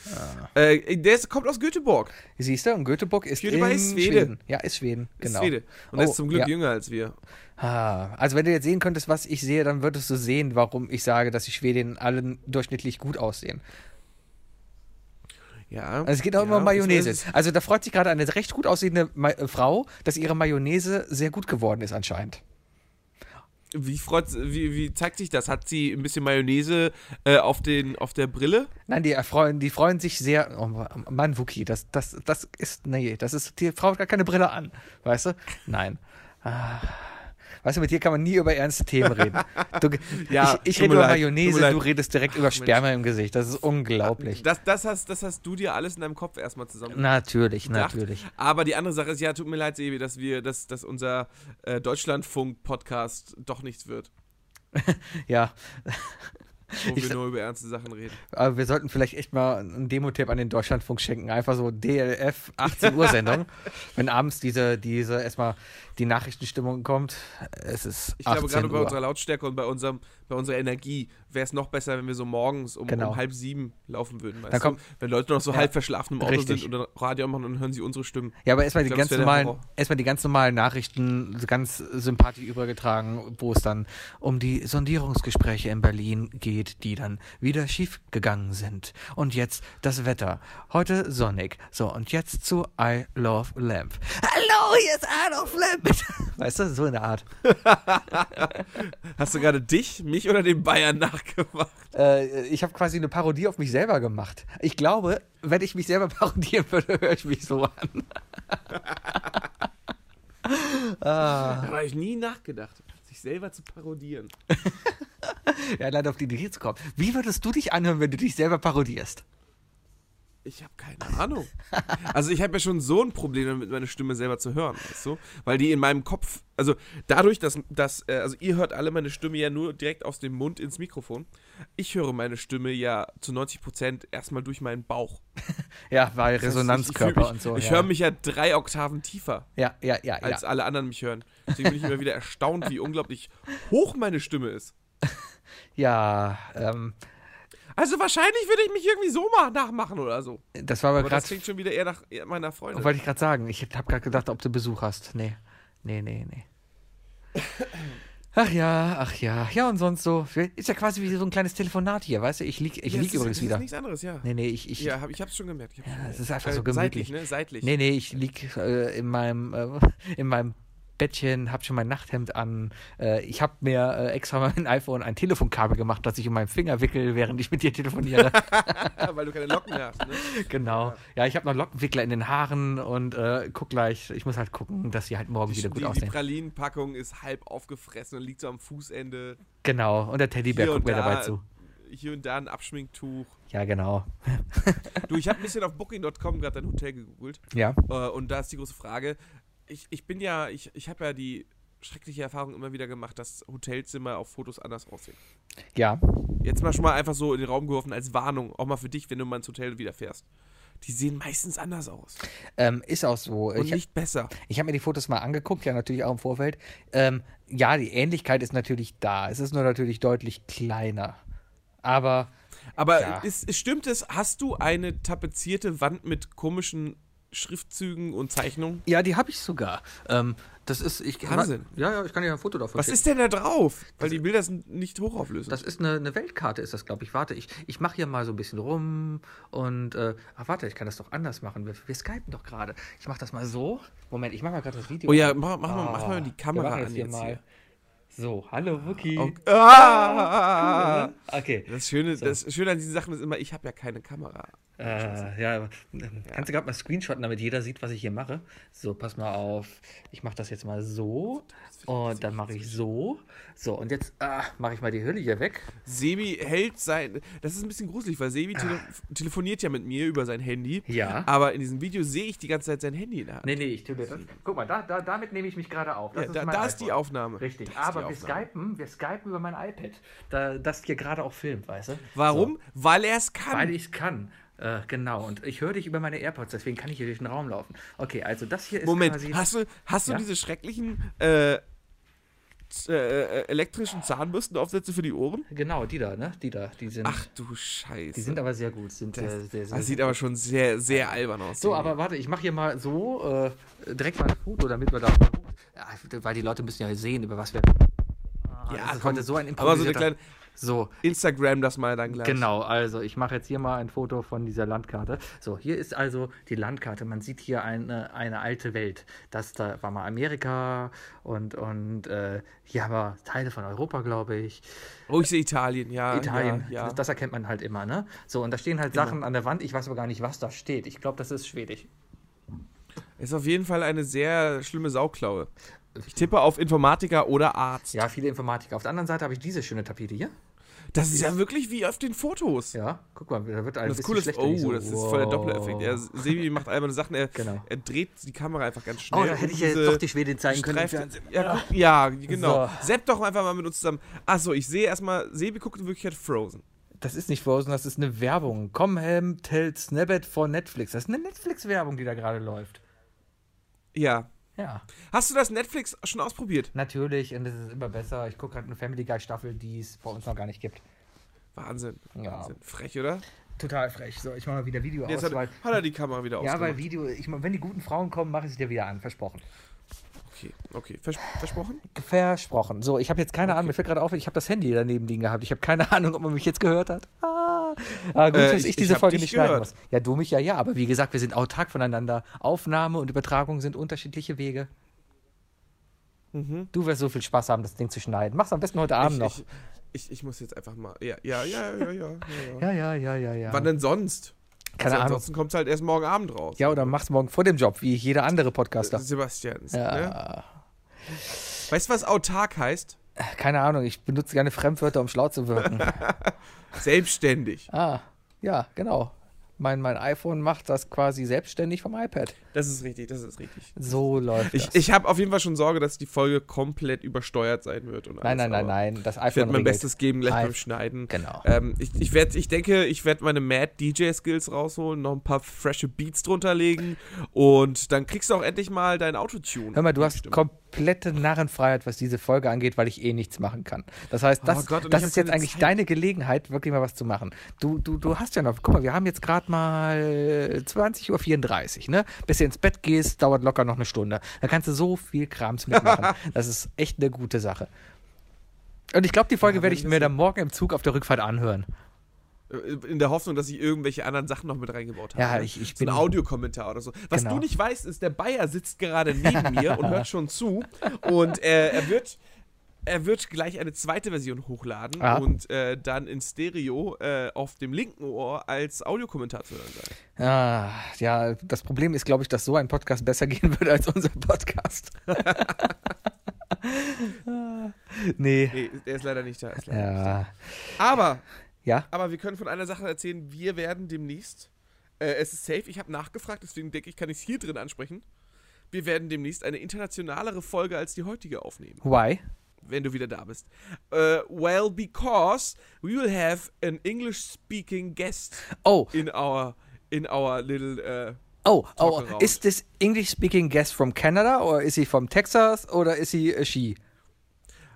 Speaker 4: Ah.
Speaker 3: Äh, der ist, kommt aus Göteborg.
Speaker 4: Siehst du, und Göteborg ist
Speaker 3: PewDiePie
Speaker 4: in
Speaker 3: ist Schwede.
Speaker 4: Schweden. Ja, ist Schweden,
Speaker 3: Ist
Speaker 4: genau.
Speaker 3: Schwede. Und er
Speaker 4: Oh,
Speaker 3: ist zum Glück
Speaker 4: ja.
Speaker 3: jünger als wir.
Speaker 4: Ah, also wenn du jetzt sehen könntest, was ich sehe, dann würdest du sehen, warum ich sage, dass die Schwedinnen allen durchschnittlich gut aussehen.
Speaker 3: Ja.
Speaker 4: Also es geht auch
Speaker 3: ja,
Speaker 4: immer um Mayonnaise.
Speaker 3: es- es-
Speaker 4: Also da freut sich gerade eine recht gut aussehende Ma äh, Frau, dass ihre Mayonnaise sehr gut geworden ist anscheinend.
Speaker 3: Wie, freut, wie, wie zeigt sich das? Hat sie ein bisschen Mayonnaise äh, auf, den, auf der Brille?
Speaker 4: Nein, die erfreuen, die freuen sich sehr. Oh Mann, Wookie, das, das, das ist, nee, das ist, die Frau hat gar keine Brille an, weißt du? Nein. Ah. Weißt du, mit dir kann man nie über ernste Themen reden. Du,
Speaker 3: [laughs] Ja,
Speaker 4: ich ich rede
Speaker 3: tut mir
Speaker 4: über
Speaker 3: leid, tut
Speaker 4: Mayonnaise,
Speaker 3: mir leid.
Speaker 4: du redest direkt über Sperma im Gesicht. Das ist unglaublich.
Speaker 3: Das, das, hast, das hast du dir alles in deinem Kopf erstmal zusammen.
Speaker 4: Natürlich,
Speaker 3: gedacht.
Speaker 4: natürlich.
Speaker 3: Aber die andere Sache ist, ja, tut mir leid, Sebi, dass wir, dass, dass unser äh, Deutschlandfunk-Podcast doch nichts wird,
Speaker 4: Ja,
Speaker 3: wo
Speaker 4: Ich
Speaker 3: wir
Speaker 4: sa-
Speaker 3: nur über ernste Sachen reden.
Speaker 4: aber wir sollten vielleicht echt mal einen Demo-Tipp an den Deutschlandfunk schenken. Einfach so DLF 18 Uhr
Speaker 3: [laughs]
Speaker 4: Sendung. Wenn abends diese, diese, erstmal die Nachrichtenstimmung kommt. Es ist
Speaker 3: Ich
Speaker 4: 18
Speaker 3: glaube, gerade
Speaker 4: Uhr.
Speaker 3: bei unserer Lautstärke und bei, unserem, bei unserer Energie wäre es noch besser, wenn wir so morgens um,
Speaker 4: Genau.
Speaker 3: um halb sieben laufen würden. Weißt
Speaker 4: Dann kommt-
Speaker 3: du? Wenn Leute noch so
Speaker 4: Ja,
Speaker 3: halb verschlafen im Auto
Speaker 4: richtig.
Speaker 3: sind oder Radio machen und hören sie unsere Stimmen.
Speaker 4: Ja, aber erstmal die,
Speaker 3: glaub, das
Speaker 4: ganz
Speaker 3: wär der
Speaker 4: normalen,
Speaker 3: Horror.
Speaker 4: erstmal die ganz normalen Nachrichten so ganz sympathisch übergetragen, wo es dann um die Sondierungsgespräche in Berlin geht, die dann wieder schief gegangen sind. Und jetzt das Wetter. Heute sonnig. So, und jetzt zu I Love Lamp. Hallo, hier ist I Love Lamp. [laughs] Weißt du, so in der Art.
Speaker 3: Hast du gerade dich, mich oder den Bayern nachgemacht?
Speaker 4: Äh, ich habe quasi eine Parodie auf mich selber gemacht. Ich glaube, wenn ich mich selber [laughs] parodieren würde, höre ich mich so an. Ah.
Speaker 3: Da habe ich nie nachgedacht, sich selber zu parodieren.
Speaker 4: Ja, leider auf die Idee zu kommen. Wie würdest du dich anhören, wenn du dich selber parodierst?
Speaker 3: Ich habe keine Ahnung. Also ich habe ja schon so ein Problem damit, meine Stimme selber zu hören, weißt du? Weil die in meinem Kopf, also dadurch, dass, dass äh, also ihr hört alle meine Stimme ja nur direkt aus dem Mund ins Mikrofon. Ich höre meine Stimme ja zu 90 Prozent erstmal durch meinen Bauch.
Speaker 4: Ja, weil
Speaker 3: Das heißt,
Speaker 4: Resonanzkörper
Speaker 3: ich, ich fühl mich,
Speaker 4: und so.
Speaker 3: Ich
Speaker 4: ja.
Speaker 3: höre mich ja drei Oktaven tiefer,
Speaker 4: Ja, ja, ja. ja.
Speaker 3: als alle anderen mich hören. Deswegen bin ich immer wieder erstaunt, wie unglaublich hoch meine Stimme ist.
Speaker 4: ja ähm,
Speaker 3: Also wahrscheinlich würde ich mich irgendwie so mal nachmachen oder so.
Speaker 4: das war aber
Speaker 3: Aber das
Speaker 4: gerade.
Speaker 3: klingt schon wieder eher nach eher meiner Freundin.
Speaker 4: Wollte ich gerade sagen. Ich habe gerade gedacht, ob du Besuch hast. Nee. Nee, nee, nee. Ach ja, ach ja. Ja, und sonst so. Ist ja quasi wie so ein kleines Telefonat hier, weißt du? Ich lieg, ich
Speaker 3: Ja, es
Speaker 4: lieg
Speaker 3: ist-
Speaker 4: übrigens
Speaker 3: es
Speaker 4: wieder.
Speaker 3: Ist nichts anderes, ja.
Speaker 4: Nee, nee, ich. ich
Speaker 3: Ja, hab, ich hab's schon gemerkt. Ich hab's schon
Speaker 4: Es
Speaker 3: gemerkt.
Speaker 4: ist einfach so
Speaker 3: Äh,
Speaker 4: gemütlich.
Speaker 3: Seitlich, ne? Seitlich.
Speaker 4: Nee, nee, ich lieg äh, in meinem äh, in meinem Bettchen, hab schon mein Nachthemd an. Äh, ich hab mir äh, extra mein iPhone ein Telefonkabel gemacht, das ich um meinen Finger wickel, während ich mit dir telefoniere.
Speaker 3: Ja, weil du keine Locken
Speaker 4: [laughs]
Speaker 3: mehr hast, ne?
Speaker 4: genau. Ja, ich hab noch Lockenwickler in den Haaren und äh, guck gleich, ich muss halt gucken, dass sie halt morgen
Speaker 3: Die,
Speaker 4: wieder gut
Speaker 3: die, die
Speaker 4: aussehen.
Speaker 3: Pralinenpackung ist halb aufgefressen und liegt so am Fußende.
Speaker 4: Genau, und der Teddybär
Speaker 3: Hier
Speaker 4: guckt
Speaker 3: und
Speaker 4: mir dabei
Speaker 3: da.
Speaker 4: zu.
Speaker 3: Hier und da ein Abschminktuch.
Speaker 4: Ja, genau.
Speaker 3: Du, ich habe ein bisschen auf Booking.com gerade dein Hotel gegoogelt.
Speaker 4: Ja.
Speaker 3: Äh, und da ist die große Frage. Ich, ich bin ja, ich, ich habe ja die schreckliche Erfahrung immer wieder gemacht, dass Hotelzimmer auf Fotos anders aussehen.
Speaker 4: Ja.
Speaker 3: Jetzt mal schon mal einfach so in den Raum geworfen als Warnung, auch mal für dich, wenn du mal ins Hotel wieder fährst. Die sehen meistens anders aus.
Speaker 4: Ähm, ist auch so.
Speaker 3: Und
Speaker 4: Ich-
Speaker 3: nicht besser.
Speaker 4: Ich habe mir die Fotos mal angeguckt, ja natürlich auch im Vorfeld. Ähm, ja, die Ähnlichkeit ist natürlich da. Es ist nur natürlich deutlich kleiner. Aber
Speaker 3: Aber
Speaker 4: Ja.
Speaker 3: ist, ist, stimmt es, hast du eine tapezierte Wand mit komischen Schriftzügen und Zeichnungen?
Speaker 4: ja, die habe ich sogar. Ähm, das ist ich
Speaker 3: Wahnsinn.
Speaker 4: Ja, ja, ich kann dir ein Foto davon
Speaker 3: Was ist denn da drauf? Weil die Bilder sind nicht hochauflösend.
Speaker 4: Also Das ist eine, eine Weltkarte, ist das, glaube ich. Warte, ich, ich mache hier mal so ein bisschen rum und. Äh, ach, warte, ich kann das doch anders machen. Wir, wir skypen doch gerade. Ich mache das mal so. Moment, ich mache mal gerade das Video.
Speaker 3: oh ja, mach, mach, mal,
Speaker 4: Ah,
Speaker 3: mach mal die
Speaker 4: wir
Speaker 3: Kamera
Speaker 4: machen
Speaker 3: an
Speaker 4: jetzt
Speaker 3: jetzt
Speaker 4: hier mal. So, hallo Wookie.
Speaker 3: hier. Okay. Ah!
Speaker 4: Okay.
Speaker 3: Das Schöne, das Schöne an diesen Sachen ist immer, ich habe ja keine Kamera.
Speaker 4: Äh, ja, aber, ähm, kannst du gerade mal screenshotten, damit jeder sieht, was ich hier mache. So, pass mal auf. Ich mache das jetzt mal so. Und dann mache ich so. So, und jetzt ah, mache ich mal die Hülle hier weg.
Speaker 3: Sebi hält sein. Das ist ein bisschen gruselig, weil Sebi tele telefoniert ja mit mir über sein Handy.
Speaker 4: Ah. Ja.
Speaker 3: Aber in diesem Video sehe ich die ganze Zeit sein Handy in der Hand.
Speaker 4: Nee, nee, ich tue mir das. Guck mal, da, da, damit nehme ich mich gerade auf. Das
Speaker 3: ja, da
Speaker 4: mein
Speaker 3: da ist die
Speaker 4: iPhone.
Speaker 3: Aufnahme. Da
Speaker 4: Richtig,
Speaker 3: ist die
Speaker 4: aber wir
Speaker 3: Aufnahme.
Speaker 4: skypen, wir skypen über mein iPad. Da, das hier gerade auch filmt, weißt du?
Speaker 3: Warum? Weil er es kann.
Speaker 4: Weil ich es kann. Äh, genau, und ich höre dich über meine AirPods, deswegen kann ich hier durch den Raum laufen. Okay, also das hier ist quasi...
Speaker 3: Moment, hast du, hast du
Speaker 4: Ja?
Speaker 3: diese schrecklichen äh, z- äh, äh, elektrischen Zahnbürstenaufsätze für die Ohren?
Speaker 4: Genau, die da, ne? Die da, die sind...
Speaker 3: Ach du Scheiße.
Speaker 4: Die sind aber sehr gut. Sind sehr, sehr, sehr,
Speaker 3: das Ah, sieht aber schon sehr, sehr albern aus.
Speaker 4: so,
Speaker 3: Sebi.
Speaker 4: aber warte, ich mache hier mal so äh, direkt mal ein Foto, damit wir da. Ja, weil die Leute müssen ja sehen, über was wir.
Speaker 3: ja,
Speaker 4: das ist
Speaker 3: komm,
Speaker 4: heute so ein
Speaker 3: Aber so eine
Speaker 4: improvisierter-
Speaker 3: kleine
Speaker 4: So,
Speaker 3: Instagram das mal dann gleich.
Speaker 4: genau. Also, ich mache jetzt hier mal ein Foto von dieser Landkarte. So, hier ist also die Landkarte. Man sieht hier eine, eine alte Welt. Das da war mal Amerika und, und äh, hier haben wir Teile von Europa, glaube ich.
Speaker 3: Oh, ich sehe Italien, ja.
Speaker 4: Italien.
Speaker 3: Ja, Genau. ja.
Speaker 4: Das, das erkennt man halt immer, ne? So, und da stehen halt Sachen an der Wand. Ich weiß aber gar nicht, was da steht. Ich glaube, das ist Schwedisch.
Speaker 3: Ist auf jeden Fall eine sehr schlimme Sauklaue. Ich tippe auf Informatiker oder Arzt.
Speaker 4: Ja, viele Informatiker. Auf der anderen Seite habe ich diese schöne Tapete hier.
Speaker 3: Das ist ja wirklich wie auf den Fotos.
Speaker 4: Ja, guck mal, da wird ein
Speaker 3: Das
Speaker 4: bisschen
Speaker 3: Coole ist,
Speaker 4: schlechter.
Speaker 3: oh,
Speaker 4: die so-
Speaker 3: das ist voll der Doppeleffekt. Er,
Speaker 4: Wow.
Speaker 3: Sebi macht alberne Sachen, er,
Speaker 4: Genau.
Speaker 3: er dreht die Kamera einfach ganz schnell.
Speaker 4: Oh, da hätte
Speaker 3: um
Speaker 4: ich ja jetzt
Speaker 3: diese-
Speaker 4: doch die Schwedin zeigen können.
Speaker 3: Streift, ja, guck, ja, genau. Sepp doch einfach mal mit uns zusammen. Achso, ich sehe erstmal, Sebi guckt in Wirklichkeit Frozen.
Speaker 4: Das ist nicht Frozen, das ist eine Werbung. Comhem tells Snabbit for Netflix. Das ist eine Netflix-Werbung, die da gerade läuft.
Speaker 3: Ja.
Speaker 4: Ja,
Speaker 3: Hast du das Netflix schon ausprobiert?
Speaker 4: natürlich, und das ist immer besser. Ich gucke gerade eine Family Guy-Staffel, die es bei uns noch gar nicht gibt.
Speaker 3: Wahnsinn.
Speaker 4: Ja.
Speaker 3: Wahnsinn. Frech, oder?
Speaker 4: Total frech. So, ich mache mal wieder Video
Speaker 3: Jetzt
Speaker 4: aus,
Speaker 3: hat,
Speaker 4: weil.
Speaker 3: hat er die Kamera wieder
Speaker 4: Ja, weil
Speaker 3: ausgemacht.
Speaker 4: Video, ich, mein, wenn die guten Frauen kommen, mache ich es dir wieder an, versprochen.
Speaker 3: Okay, okay. Vers versprochen?
Speaker 4: Versprochen. So, ich habe jetzt keine Ahnung, mir fällt gerade auf, ich habe das Handy daneben liegen gehabt. Ich habe keine [laughs] Ahnung, ob man mich jetzt gehört hat. Ah, ah gut, dass
Speaker 3: Äh,
Speaker 4: ich,
Speaker 3: ich- ich
Speaker 4: diese
Speaker 3: hab
Speaker 4: Folge
Speaker 3: dich
Speaker 4: nicht schneiden
Speaker 3: gehört.
Speaker 4: muss. Ja, du mich ja, ja, aber wie gesagt, wir sind autark voneinander. Aufnahme und Übertragung sind unterschiedliche Wege. Du wirst so viel Spaß haben, das Ding zu schneiden. Mach's am besten heute Abend
Speaker 3: Mhm. ich,
Speaker 4: noch.
Speaker 3: Ich, ich, ich muss jetzt einfach mal. Ja, ja, ja, ja, ja. ja, ja.
Speaker 4: [laughs] ja, ja, ja, ja, ja.
Speaker 3: Wann denn sonst?
Speaker 4: Keine Ahnung.
Speaker 3: Ansonsten kommt es halt erst morgen Abend raus.
Speaker 4: Ja, oder mach's morgen vor dem Job, wie jeder andere
Speaker 3: Äh,
Speaker 4: Podcaster.
Speaker 3: Sebastians. Ne?
Speaker 4: Ja,
Speaker 3: Weißt du, was autark heißt?
Speaker 4: keine Ahnung, ich benutze
Speaker 3: [laughs]
Speaker 4: gerne Fremdwörter, um schlau zu wirken.
Speaker 3: Selbstständig.
Speaker 4: ah, ja, genau. Mein, mein iPhone macht das quasi selbstständig vom iPad.
Speaker 3: Das ist richtig, das ist richtig.
Speaker 4: So läuft
Speaker 3: Ich,
Speaker 4: das.
Speaker 3: ich habe auf jeden Fall schon Sorge, dass die Folge komplett übersteuert sein wird. Und
Speaker 4: nein,
Speaker 3: alles,
Speaker 4: nein, nein,
Speaker 3: aber
Speaker 4: nein. Das
Speaker 3: Ich werde
Speaker 4: iPhone
Speaker 3: mein
Speaker 4: regelt.
Speaker 3: Bestes geben, gleich beim
Speaker 4: Nein.
Speaker 3: Schneiden.
Speaker 4: Genau.
Speaker 3: Ähm, ich, ich, werd, ich denke, ich werde meine Mad DJ Skills rausholen, noch ein paar frische Beats drunter legen und dann kriegst du auch endlich mal dein Autotune.
Speaker 4: Hör mal, du hast
Speaker 3: Stimme.
Speaker 4: komplette Narrenfreiheit, was diese Folge angeht, weil ich eh nichts machen kann. Das heißt, das,
Speaker 3: Oh Gott, und
Speaker 4: das
Speaker 3: ich hab
Speaker 4: ist jetzt
Speaker 3: keine
Speaker 4: eigentlich
Speaker 3: Zeit.
Speaker 4: deine Gelegenheit, wirklich mal was zu machen. Du, du, du hast ja noch, guck mal, wir haben jetzt gerade mal 20.34 Uhr, ne? Bis du ins Bett gehst, dauert locker noch eine Stunde. Da kannst du so viel Krams mitmachen.
Speaker 3: [laughs]
Speaker 4: das ist echt eine gute Sache. Und ich glaube, die Folge
Speaker 3: Ja,
Speaker 4: werde
Speaker 3: wir
Speaker 4: ich mir dann morgen im Zug auf der Rückfahrt anhören.
Speaker 3: Äh, In der Hoffnung, dass ich irgendwelche anderen Sachen noch mit reingebaut habe.
Speaker 4: Ja,
Speaker 3: ne?
Speaker 4: ich- ich
Speaker 3: so
Speaker 4: bin-
Speaker 3: ein Audiokommentar oder so. Was
Speaker 4: Genau.
Speaker 3: du nicht weißt, ist, der Bayer sitzt gerade neben
Speaker 4: [laughs]
Speaker 3: mir und hört schon zu. Und äh, er wird. Er wird gleich eine zweite Version hochladen
Speaker 4: Ah.
Speaker 3: und äh, dann in Stereo äh, auf dem linken Ohr als Audiokommentar zu hören sein.
Speaker 4: Ah, ja, das Problem ist, glaube ich, dass so ein Podcast besser [laughs] gehen würde als unser Podcast. [laughs] Ah, nee.
Speaker 3: Nee, der ist leider nicht da.
Speaker 4: Äh,
Speaker 3: Ist leider nicht da.
Speaker 4: Ja.
Speaker 3: Aber,
Speaker 4: Ja?
Speaker 3: aber wir können von einer Sache erzählen. Wir werden demnächst, äh, es ist safe, ich habe nachgefragt, deswegen denke ich, kann ich es hier drin ansprechen. Wir werden demnächst eine internationalere Folge als die heutige aufnehmen.
Speaker 4: Why?
Speaker 3: wenn du wieder da bist. Äh, well, because we will have an English-speaking guest
Speaker 4: Oh,
Speaker 3: in our in our little. Äh,
Speaker 4: oh, oh.
Speaker 3: Talk around.
Speaker 4: Is this English speaking guest from Canada or is he from Texas or is he a she?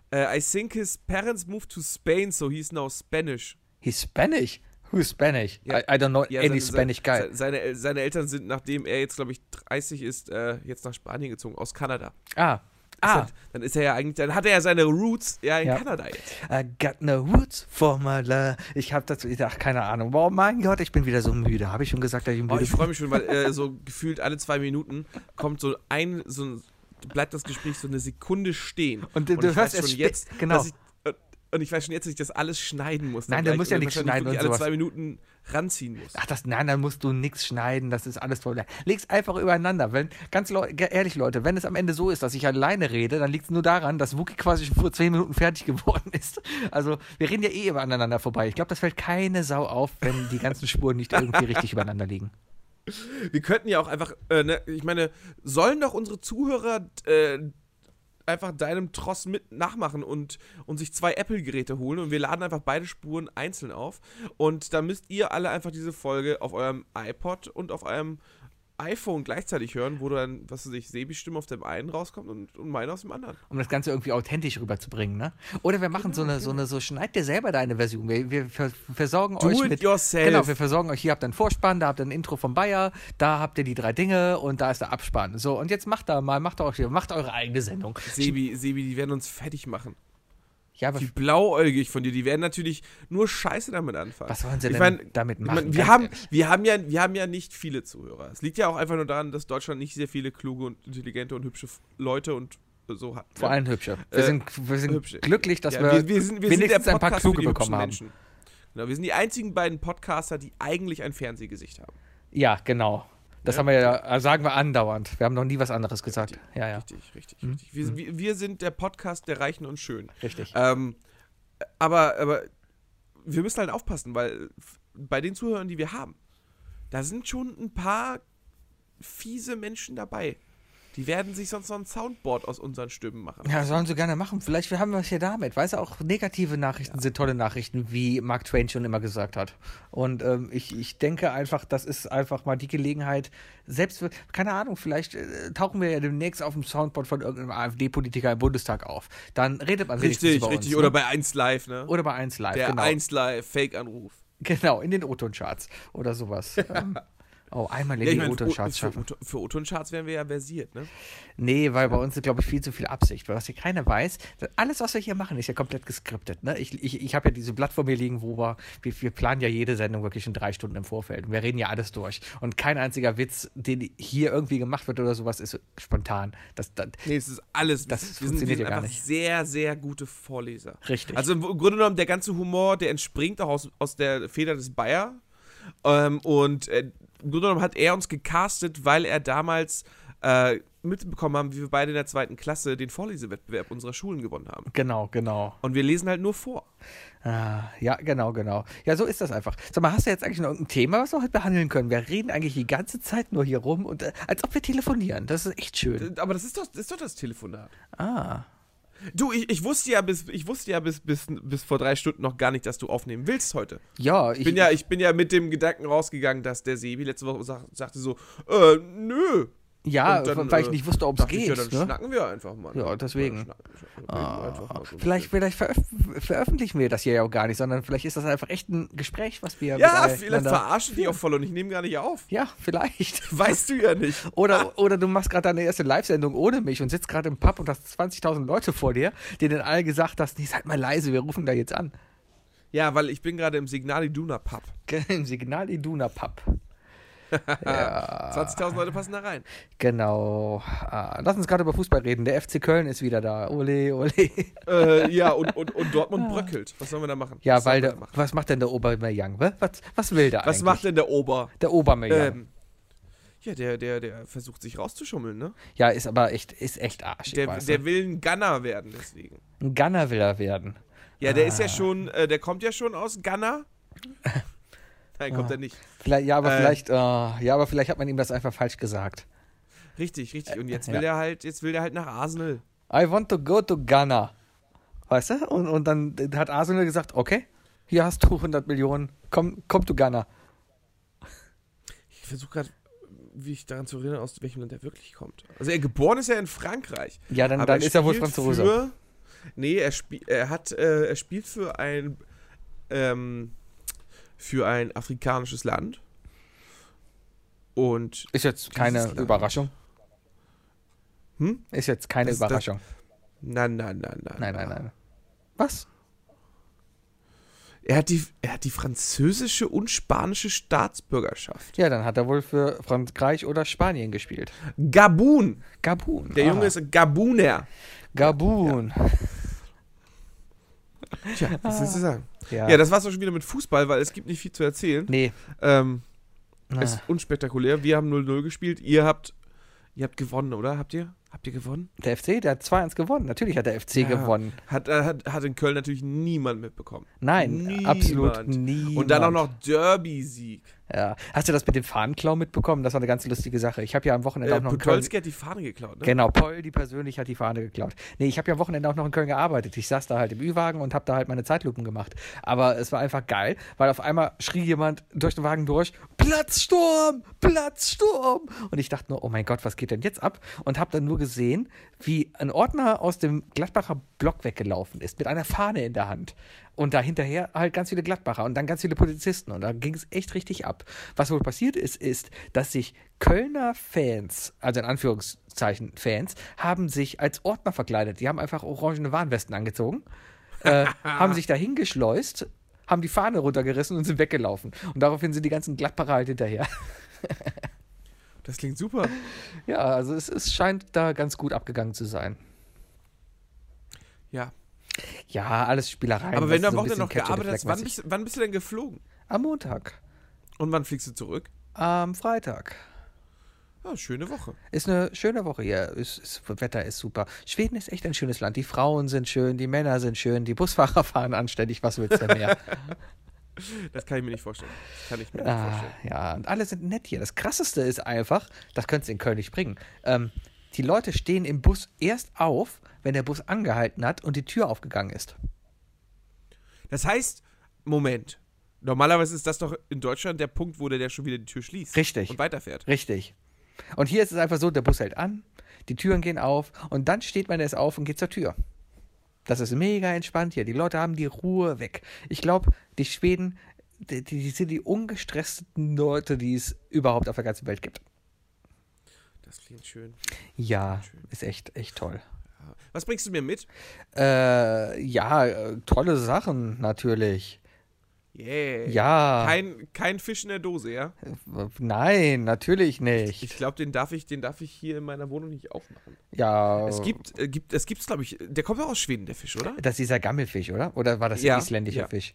Speaker 3: äh, I think his parents moved to Spain, so he's now Spanish.
Speaker 4: He's Spanish. Who's Spanish? I,
Speaker 3: Ja.
Speaker 4: I don't know
Speaker 3: Ja,
Speaker 4: any
Speaker 3: seine-
Speaker 4: Spanish guy.
Speaker 3: se- Seine, El- seine Eltern sind, nachdem er jetzt, glaube ich, 30 ist, äh, jetzt nach Spanien gezogen, aus Kanada.
Speaker 4: ah. Ah,
Speaker 3: Ist er- Dann ist er ja eigentlich, dann hat er ja seine Roots ja in
Speaker 4: Ja.
Speaker 3: Kanada jetzt.
Speaker 4: I got no roots for my love. Ich habe dazu, ach, keine Ahnung. Oh mein Gott, ich bin wieder so müde. Habe ich schon gesagt, dass ich
Speaker 3: Oh,
Speaker 4: müde
Speaker 3: ich freue mich schon, weil äh, so [laughs] gefühlt alle zwei Minuten kommt so ein, so ein, bleibt das Gespräch so eine Sekunde stehen.
Speaker 4: Und du- du
Speaker 3: ich
Speaker 4: hörst
Speaker 3: weiß
Speaker 4: erst
Speaker 3: schon
Speaker 4: spä-
Speaker 3: jetzt,
Speaker 4: genau.
Speaker 3: dass ich, äh, und ich weiß schon jetzt, dass ich das alles schneiden muss.
Speaker 4: Nein,
Speaker 3: dann
Speaker 4: du
Speaker 3: gleich
Speaker 4: musst ja
Speaker 3: und
Speaker 4: nichts
Speaker 3: wahrscheinlich
Speaker 4: schneiden
Speaker 3: wirklich
Speaker 4: und
Speaker 3: alle
Speaker 4: sowas.
Speaker 3: zwei Minuten ranziehen muss.
Speaker 4: Ach, das, nein, dann musst du nichts schneiden, das ist alles voll. Leg's einfach übereinander. Wenn, ganz leu- ge- ehrlich, Leute, wenn es am Ende so ist, dass ich alleine rede, dann liegt es nur daran, dass Wookie quasi schon vor zehn Minuten fertig [laughs] geworden ist. Also, wir reden ja eh immer aneinander vorbei. Ich glaube, das fällt keine Sau auf, wenn die ganzen Spuren nicht irgendwie richtig übereinander liegen.
Speaker 3: Wir könnten ja auch einfach, äh, ne, ich meine, sollen doch unsere Zuhörer äh, einfach deinem Tross mit nachmachen und, und sich zwei Apple-Geräte holen und wir laden einfach beide Spuren einzeln auf. Und dann müsst ihr alle einfach diese Folge auf eurem iPod und auf eurem iPhone gleichzeitig hören, wo dann, was weiß ich, Sebis Stimme auf dem einen rauskommt und, und meine aus dem anderen.
Speaker 4: Um das Ganze irgendwie authentisch rüberzubringen, ne? Oder wir machen so
Speaker 3: Genau,
Speaker 4: eine, so eine, so schneid dir selber deine Version. Wir, wir ver- versorgen
Speaker 3: Do
Speaker 4: euch
Speaker 3: it
Speaker 4: mit.
Speaker 3: yourself.
Speaker 4: Genau, wir versorgen euch. Hier habt ihr einen Vorspann, da habt ihr ein Intro von Bayer, da habt ihr die drei Dinge und da ist der Abspann. So, und jetzt macht da mal, macht euch, macht eure eigene Sendung.
Speaker 3: Sebi, Sebi, die werden uns fertig machen.
Speaker 4: Ja, aber
Speaker 3: Wie blauäugig von dir. Die werden natürlich nur Scheiße damit anfangen.
Speaker 4: Was wollen sie
Speaker 3: Ich
Speaker 4: denn
Speaker 3: mein,
Speaker 4: damit
Speaker 3: ich
Speaker 4: machen?
Speaker 3: mein, Wir
Speaker 4: Ganz
Speaker 3: haben,
Speaker 4: ehrlich.
Speaker 3: wir, haben ja, wir haben ja nicht viele Zuhörer. Es liegt ja auch einfach nur daran, dass Deutschland nicht sehr viele kluge und intelligente und hübsche F- Leute und äh, so hat.
Speaker 4: vor allem hübsche. Wir
Speaker 3: Äh,
Speaker 4: sind, wir sind
Speaker 3: hübsche.
Speaker 4: glücklich, dass
Speaker 3: ja,
Speaker 4: wir,
Speaker 3: wir, wir sind, wir
Speaker 4: wenigstens
Speaker 3: sind der
Speaker 4: ein paar
Speaker 3: Podcast
Speaker 4: kluge
Speaker 3: für die hübschen
Speaker 4: bekommen haben.
Speaker 3: Menschen. Genau, wir sind die einzigen beiden Podcaster, die eigentlich ein Fernsehgesicht haben.
Speaker 4: Ja, genau. Das haben wir ja, äh, sagen wir andauernd. Wir haben noch nie was anderes gesagt. Ja, ja.
Speaker 3: Richtig, richtig,
Speaker 4: Mhm.
Speaker 3: richtig. Wir, wir, wir sind der Podcast der Reichen und Schönen.
Speaker 4: Richtig.
Speaker 3: Ähm, aber, aber wir müssen halt aufpassen, weil f- bei den Zuhörern, die wir haben, da sind schon ein paar fiese Menschen dabei. Die werden sich sonst noch ein Soundboard aus unseren Stimmen
Speaker 4: [laughs]
Speaker 3: machen.
Speaker 4: Ja, sollen sie gerne machen. Vielleicht haben wir es hier damit. Weißt du, auch negative Nachrichten sind tolle Nachrichten, wie Mark Twain schon immer gesagt hat. Und ähm, ich, ich denke einfach, das ist einfach mal die Gelegenheit, selbst, wenn- keine Ahnung, vielleicht äh, tauchen wir ja demnächst auf dem Soundboard von irgendeinem AfD-Politiker im Bundestag auf. Dann redet man wenigstens
Speaker 3: Richtig,
Speaker 4: über
Speaker 3: richtig.
Speaker 4: Uns,
Speaker 3: Oder
Speaker 4: ne?
Speaker 3: bei 1 Live, ne?
Speaker 4: oder bei 1 Live,
Speaker 3: der
Speaker 4: genau.
Speaker 3: 1 Live Fake-Anruf.
Speaker 4: Genau, in den O-Ton-Charts oder
Speaker 3: [laughs]
Speaker 4: sowas. Ähm, oh, einmal in
Speaker 3: Ja,
Speaker 4: die
Speaker 3: ich meine, für,
Speaker 4: O-Ton-Charts
Speaker 3: für,
Speaker 4: schaffen.
Speaker 3: Oton- für O-Ton-Charts wären wir ja versiert, ne?
Speaker 4: Nee, weil bei uns ist, glaube ich, viel zu viel Absicht. Weil was hier keiner weiß, alles, was wir hier machen, ist ja komplett geskriptet. Ne? Ich, ich, ich habe ja diese Blatt vor mir liegen, wo wir, wir, wir planen ja jede Sendung wirklich in drei Stunden im Vorfeld. Und wir reden ja alles durch. Und kein einziger Witz, den hier irgendwie gemacht wird oder sowas, ist spontan. Das, das,
Speaker 3: Nee, es ist alles.
Speaker 4: Das
Speaker 3: wir sind, wir
Speaker 4: funktioniert
Speaker 3: sind
Speaker 4: ja gar
Speaker 3: einfach
Speaker 4: nicht.
Speaker 3: sehr, sehr gute Vorleser.
Speaker 4: Richtig.
Speaker 3: Also im Grunde genommen, der ganze Humor, der entspringt auch aus, aus der Feder des Bayer. Ähm, und äh, im Grunde genommen hat er uns gecastet, weil er damals äh, mitbekommen haben, wie wir beide in der zweiten Klasse den Vorlesewettbewerb unserer Schulen gewonnen haben.
Speaker 4: Genau, genau.
Speaker 3: Und wir lesen halt nur vor.
Speaker 4: Ah, ja, genau, genau. Ja, so ist das einfach. Sag mal, hast du jetzt eigentlich noch irgendein Thema, was wir heute behandeln können? Wir reden eigentlich die ganze Zeit nur hier rum und äh, als ob wir telefonieren. Das ist echt schön.
Speaker 3: Äh, Aber das ist doch das, ist doch das Telefonat.
Speaker 4: Ah.
Speaker 3: Du, ich, ich wusste ja bis ich wusste ja bis, bis, bis vor drei Stunden noch gar nicht, dass du aufnehmen willst heute.
Speaker 4: Ja,
Speaker 3: Ich bin ja, ich bin ja mit dem Gedanken rausgegangen, dass der Sebi letzte Woche sag, sagte so, äh, nö.
Speaker 4: ja
Speaker 3: Und dann,
Speaker 4: weil ich
Speaker 3: äh,
Speaker 4: nicht wusste, ob es
Speaker 3: Dachte ich,
Speaker 4: geht.
Speaker 3: ja, dann
Speaker 4: ne?
Speaker 3: schnacken wir einfach mal. ne?
Speaker 4: Ja, deswegen.
Speaker 3: Dann schnacken- reden wir einfach
Speaker 4: Ah,
Speaker 3: mal so ein
Speaker 4: vielleicht
Speaker 3: bisschen.
Speaker 4: vielleicht veröf veröffentlichen wir das hier ja auch gar nicht, sondern vielleicht ist das einfach echt ein Gespräch, was wir.
Speaker 3: Ja, vielleicht
Speaker 4: miteinander-
Speaker 3: verarschen die auch voll und ich nehme gar nicht auf.
Speaker 4: Ja, vielleicht.
Speaker 3: Weißt du ja nicht.
Speaker 4: Oder, oder du machst gerade deine erste Live-Sendung ohne mich und sitzt gerade im Pub und hast 20.000 Leute vor dir, denen alle gesagt hast, nee, seid mal leise, wir rufen da jetzt an.
Speaker 3: Ja, weil ich bin gerade im Signal Iduna Pub.
Speaker 4: Im Signal Iduna Pub. Ah.
Speaker 3: 20.000 Leute passen da rein.
Speaker 4: Genau. Ah, lass uns gerade über Fußball reden. Der FC Köln ist wieder da. Ole, ole.
Speaker 3: äh, ja, und, und, und Dortmund bröckelt. Was sollen wir da machen?
Speaker 4: Ah. Ja,
Speaker 3: was
Speaker 4: weil
Speaker 3: sollen wir
Speaker 4: der,
Speaker 3: da machen?
Speaker 4: was macht denn der Obermeyang? wa? Was, was will der
Speaker 3: Was
Speaker 4: eigentlich?
Speaker 3: macht denn der Ober?
Speaker 4: der Obermeyang?
Speaker 3: Ähm, ja, der, der, der versucht sich rauszuschummeln, ne?
Speaker 4: ja, ist aber echt, ist echt Arsch. ich
Speaker 3: Der,
Speaker 4: weiß
Speaker 3: der
Speaker 4: nicht.
Speaker 3: will ein Gunner werden, deswegen.
Speaker 4: Ein Gunner will er werden.
Speaker 3: Ja, der
Speaker 4: Ah.
Speaker 3: ist ja schon, äh, der kommt ja schon
Speaker 4: [laughs]
Speaker 3: aus Ghana. Nein,
Speaker 4: Ah.
Speaker 3: kommt er nicht.
Speaker 4: Vielleicht, ja, aber
Speaker 3: Äh.
Speaker 4: vielleicht, äh, ja, aber vielleicht hat man ihm das einfach falsch gesagt.
Speaker 3: Richtig, richtig. Und jetzt
Speaker 4: Äh, Ja.
Speaker 3: will er halt, jetzt will er halt nach Arsenal.
Speaker 4: I want to go to Ghana. Weißt du? Und, und dann hat Arsenal gesagt, okay, hier hast du 100 Millionen, komm, komm du Ghana.
Speaker 3: Ich versuche gerade, wie ich daran zu erinnern, aus welchem Land er wirklich kommt. Also er geboren ist ja in Frankreich.
Speaker 4: Ja, dann,
Speaker 3: Aber
Speaker 4: dann ist er wohl
Speaker 3: spielt
Speaker 4: Franzose.
Speaker 3: Für, nee, er, spiel, er, hat, äh, er spielt für ein, ähm, für ein afrikanisches Land. Und
Speaker 4: ist jetzt keine
Speaker 3: Dieses Land.
Speaker 4: Überraschung.
Speaker 3: Hm?
Speaker 4: Ist jetzt keine
Speaker 3: Das- das-
Speaker 4: Überraschung.
Speaker 3: na, na, na, na.
Speaker 4: nein, nein, nein. Was?
Speaker 3: Er hat, die, er hat die französische und spanische Staatsbürgerschaft.
Speaker 4: Ja, dann hat er wohl für Frankreich oder Spanien gespielt.
Speaker 3: Gabun.
Speaker 4: Gabun.
Speaker 3: Der Junge
Speaker 4: ah,
Speaker 3: ist Gabuner.
Speaker 4: Gabun.
Speaker 3: Tja, was willst du sagen?
Speaker 4: Ja.
Speaker 3: Ja, das war's auch schon wieder mit Fußball, weil es gibt nicht viel zu erzählen.
Speaker 4: nee.
Speaker 3: Ähm,
Speaker 4: Ah.
Speaker 3: Ist unspektakulär. Wir haben 0-0 gespielt. Ihr habt, ihr habt gewonnen, oder? Habt ihr? Habt ihr gewonnen?
Speaker 4: Der FC, der hat 2-1 gewonnen. Natürlich hat der FC
Speaker 3: Ja.
Speaker 4: gewonnen.
Speaker 3: Hat, äh, hat, hat in Köln natürlich niemand mitbekommen.
Speaker 4: Nein,
Speaker 3: Niemand.
Speaker 4: absolut nie.
Speaker 3: Und dann auch noch Derby-Sieg.
Speaker 4: Ja. Hast du das mit dem Fahnenklau mitbekommen? Das war eine ganz lustige Sache. Ich habe ja am Wochenende
Speaker 3: Äh,
Speaker 4: auch noch in Köln.
Speaker 3: Podolski hat die Fahne geklaut, ne?
Speaker 4: Genau, Paul, die persönlich hat die Fahne geklaut. Nee, ich habe ja am Wochenende auch noch in Köln gearbeitet. Ich saß da halt im Ü-Wagen und habe da halt meine Zeitlupen gemacht. Aber es war einfach geil, weil auf einmal schrie jemand durch den Wagen durch, Platzsturm, Platzsturm. Und ich dachte nur, oh mein Gott, was geht denn jetzt ab? Und habe dann nur gesehen, wie ein Ordner aus dem Gladbacher Block weggelaufen ist, mit einer Fahne in der Hand. Und da hinterher halt ganz viele Gladbacher und dann ganz viele Polizisten. Und da ging es echt richtig ab. Was wohl passiert ist, ist, dass sich Kölner Fans, also in Anführungszeichen Fans, haben sich als Ordner verkleidet. Die haben einfach orangene Warnwesten angezogen,
Speaker 3: [laughs]
Speaker 4: äh, haben sich dahin geschleust, haben die Fahne runtergerissen und sind weggelaufen. Und daraufhin sind die ganzen Gladbacher halt hinterher. [laughs]
Speaker 3: Das klingt super.
Speaker 4: ja, also es, es scheint da ganz gut abgegangen zu sein.
Speaker 3: Ja.
Speaker 4: Ja, alles Spielereien.
Speaker 3: Aber
Speaker 4: weißt
Speaker 3: wenn du am
Speaker 4: so ein bisschen
Speaker 3: Wochenende noch
Speaker 4: Catch and
Speaker 3: gearbeitet hast, wann
Speaker 4: Flag-mäßig.
Speaker 3: bist, wann bist du denn geflogen?
Speaker 4: Am Montag,
Speaker 3: Und wann fliegst du zurück?
Speaker 4: am Freitag.
Speaker 3: Ja, schöne Woche.
Speaker 4: Ist eine schöne Woche hier. Ist, ist, Wetter ist super. Schweden ist echt ein schönes Land. Die Frauen sind schön, die Männer sind schön, die Busfahrer [laughs] fahren anständig. Was willst du denn mehr?
Speaker 3: Das kann ich mir nicht vorstellen. Das kann ich mir nicht
Speaker 4: ah,
Speaker 3: vorstellen.
Speaker 4: ja, und alle sind nett hier. Das Krasseste ist einfach, das könntest du in Köln nicht bringen. Ähm, die Leute stehen im Bus erst auf, wenn der Bus angehalten hat und die Tür aufgegangen ist.
Speaker 3: Das heißt, Moment. Normalerweise ist das doch in Deutschland der Punkt, wo der, der schon wieder die Tür schließt.
Speaker 4: Richtig.
Speaker 3: Und weiterfährt.
Speaker 4: Richtig. Und hier ist es einfach so, der Bus hält an, die Türen gehen auf und dann steht man erst auf und geht zur Tür. Das ist mega entspannt hier. Die Leute haben die Ruhe weg. Ich glaube, die Schweden, die, die, die sind die ungestresstesten Leute, die es überhaupt auf der ganzen Welt gibt.
Speaker 3: Das klingt schön.
Speaker 4: Ja, ist echt, echt toll.
Speaker 3: Ja. Was bringst du mir mit?
Speaker 4: Äh, ja, äh, tolle Sachen natürlich.
Speaker 3: Yeah.
Speaker 4: Ja.
Speaker 3: Kein, kein Fisch in der Dose, ja?
Speaker 4: Nein, natürlich
Speaker 3: Ich
Speaker 4: nicht.
Speaker 3: glaube, den darf ich, den darf ich hier in meiner Wohnung nicht aufmachen.
Speaker 4: Ja.
Speaker 3: Es gibt, äh, gibt, es gibt's, glaube ich, der kommt ja aus Schweden, der Fisch, oder?
Speaker 4: Das ist dieser Gammelfisch, oder? Oder war das
Speaker 3: Ja,
Speaker 4: isländischer
Speaker 3: ja.
Speaker 4: Fisch?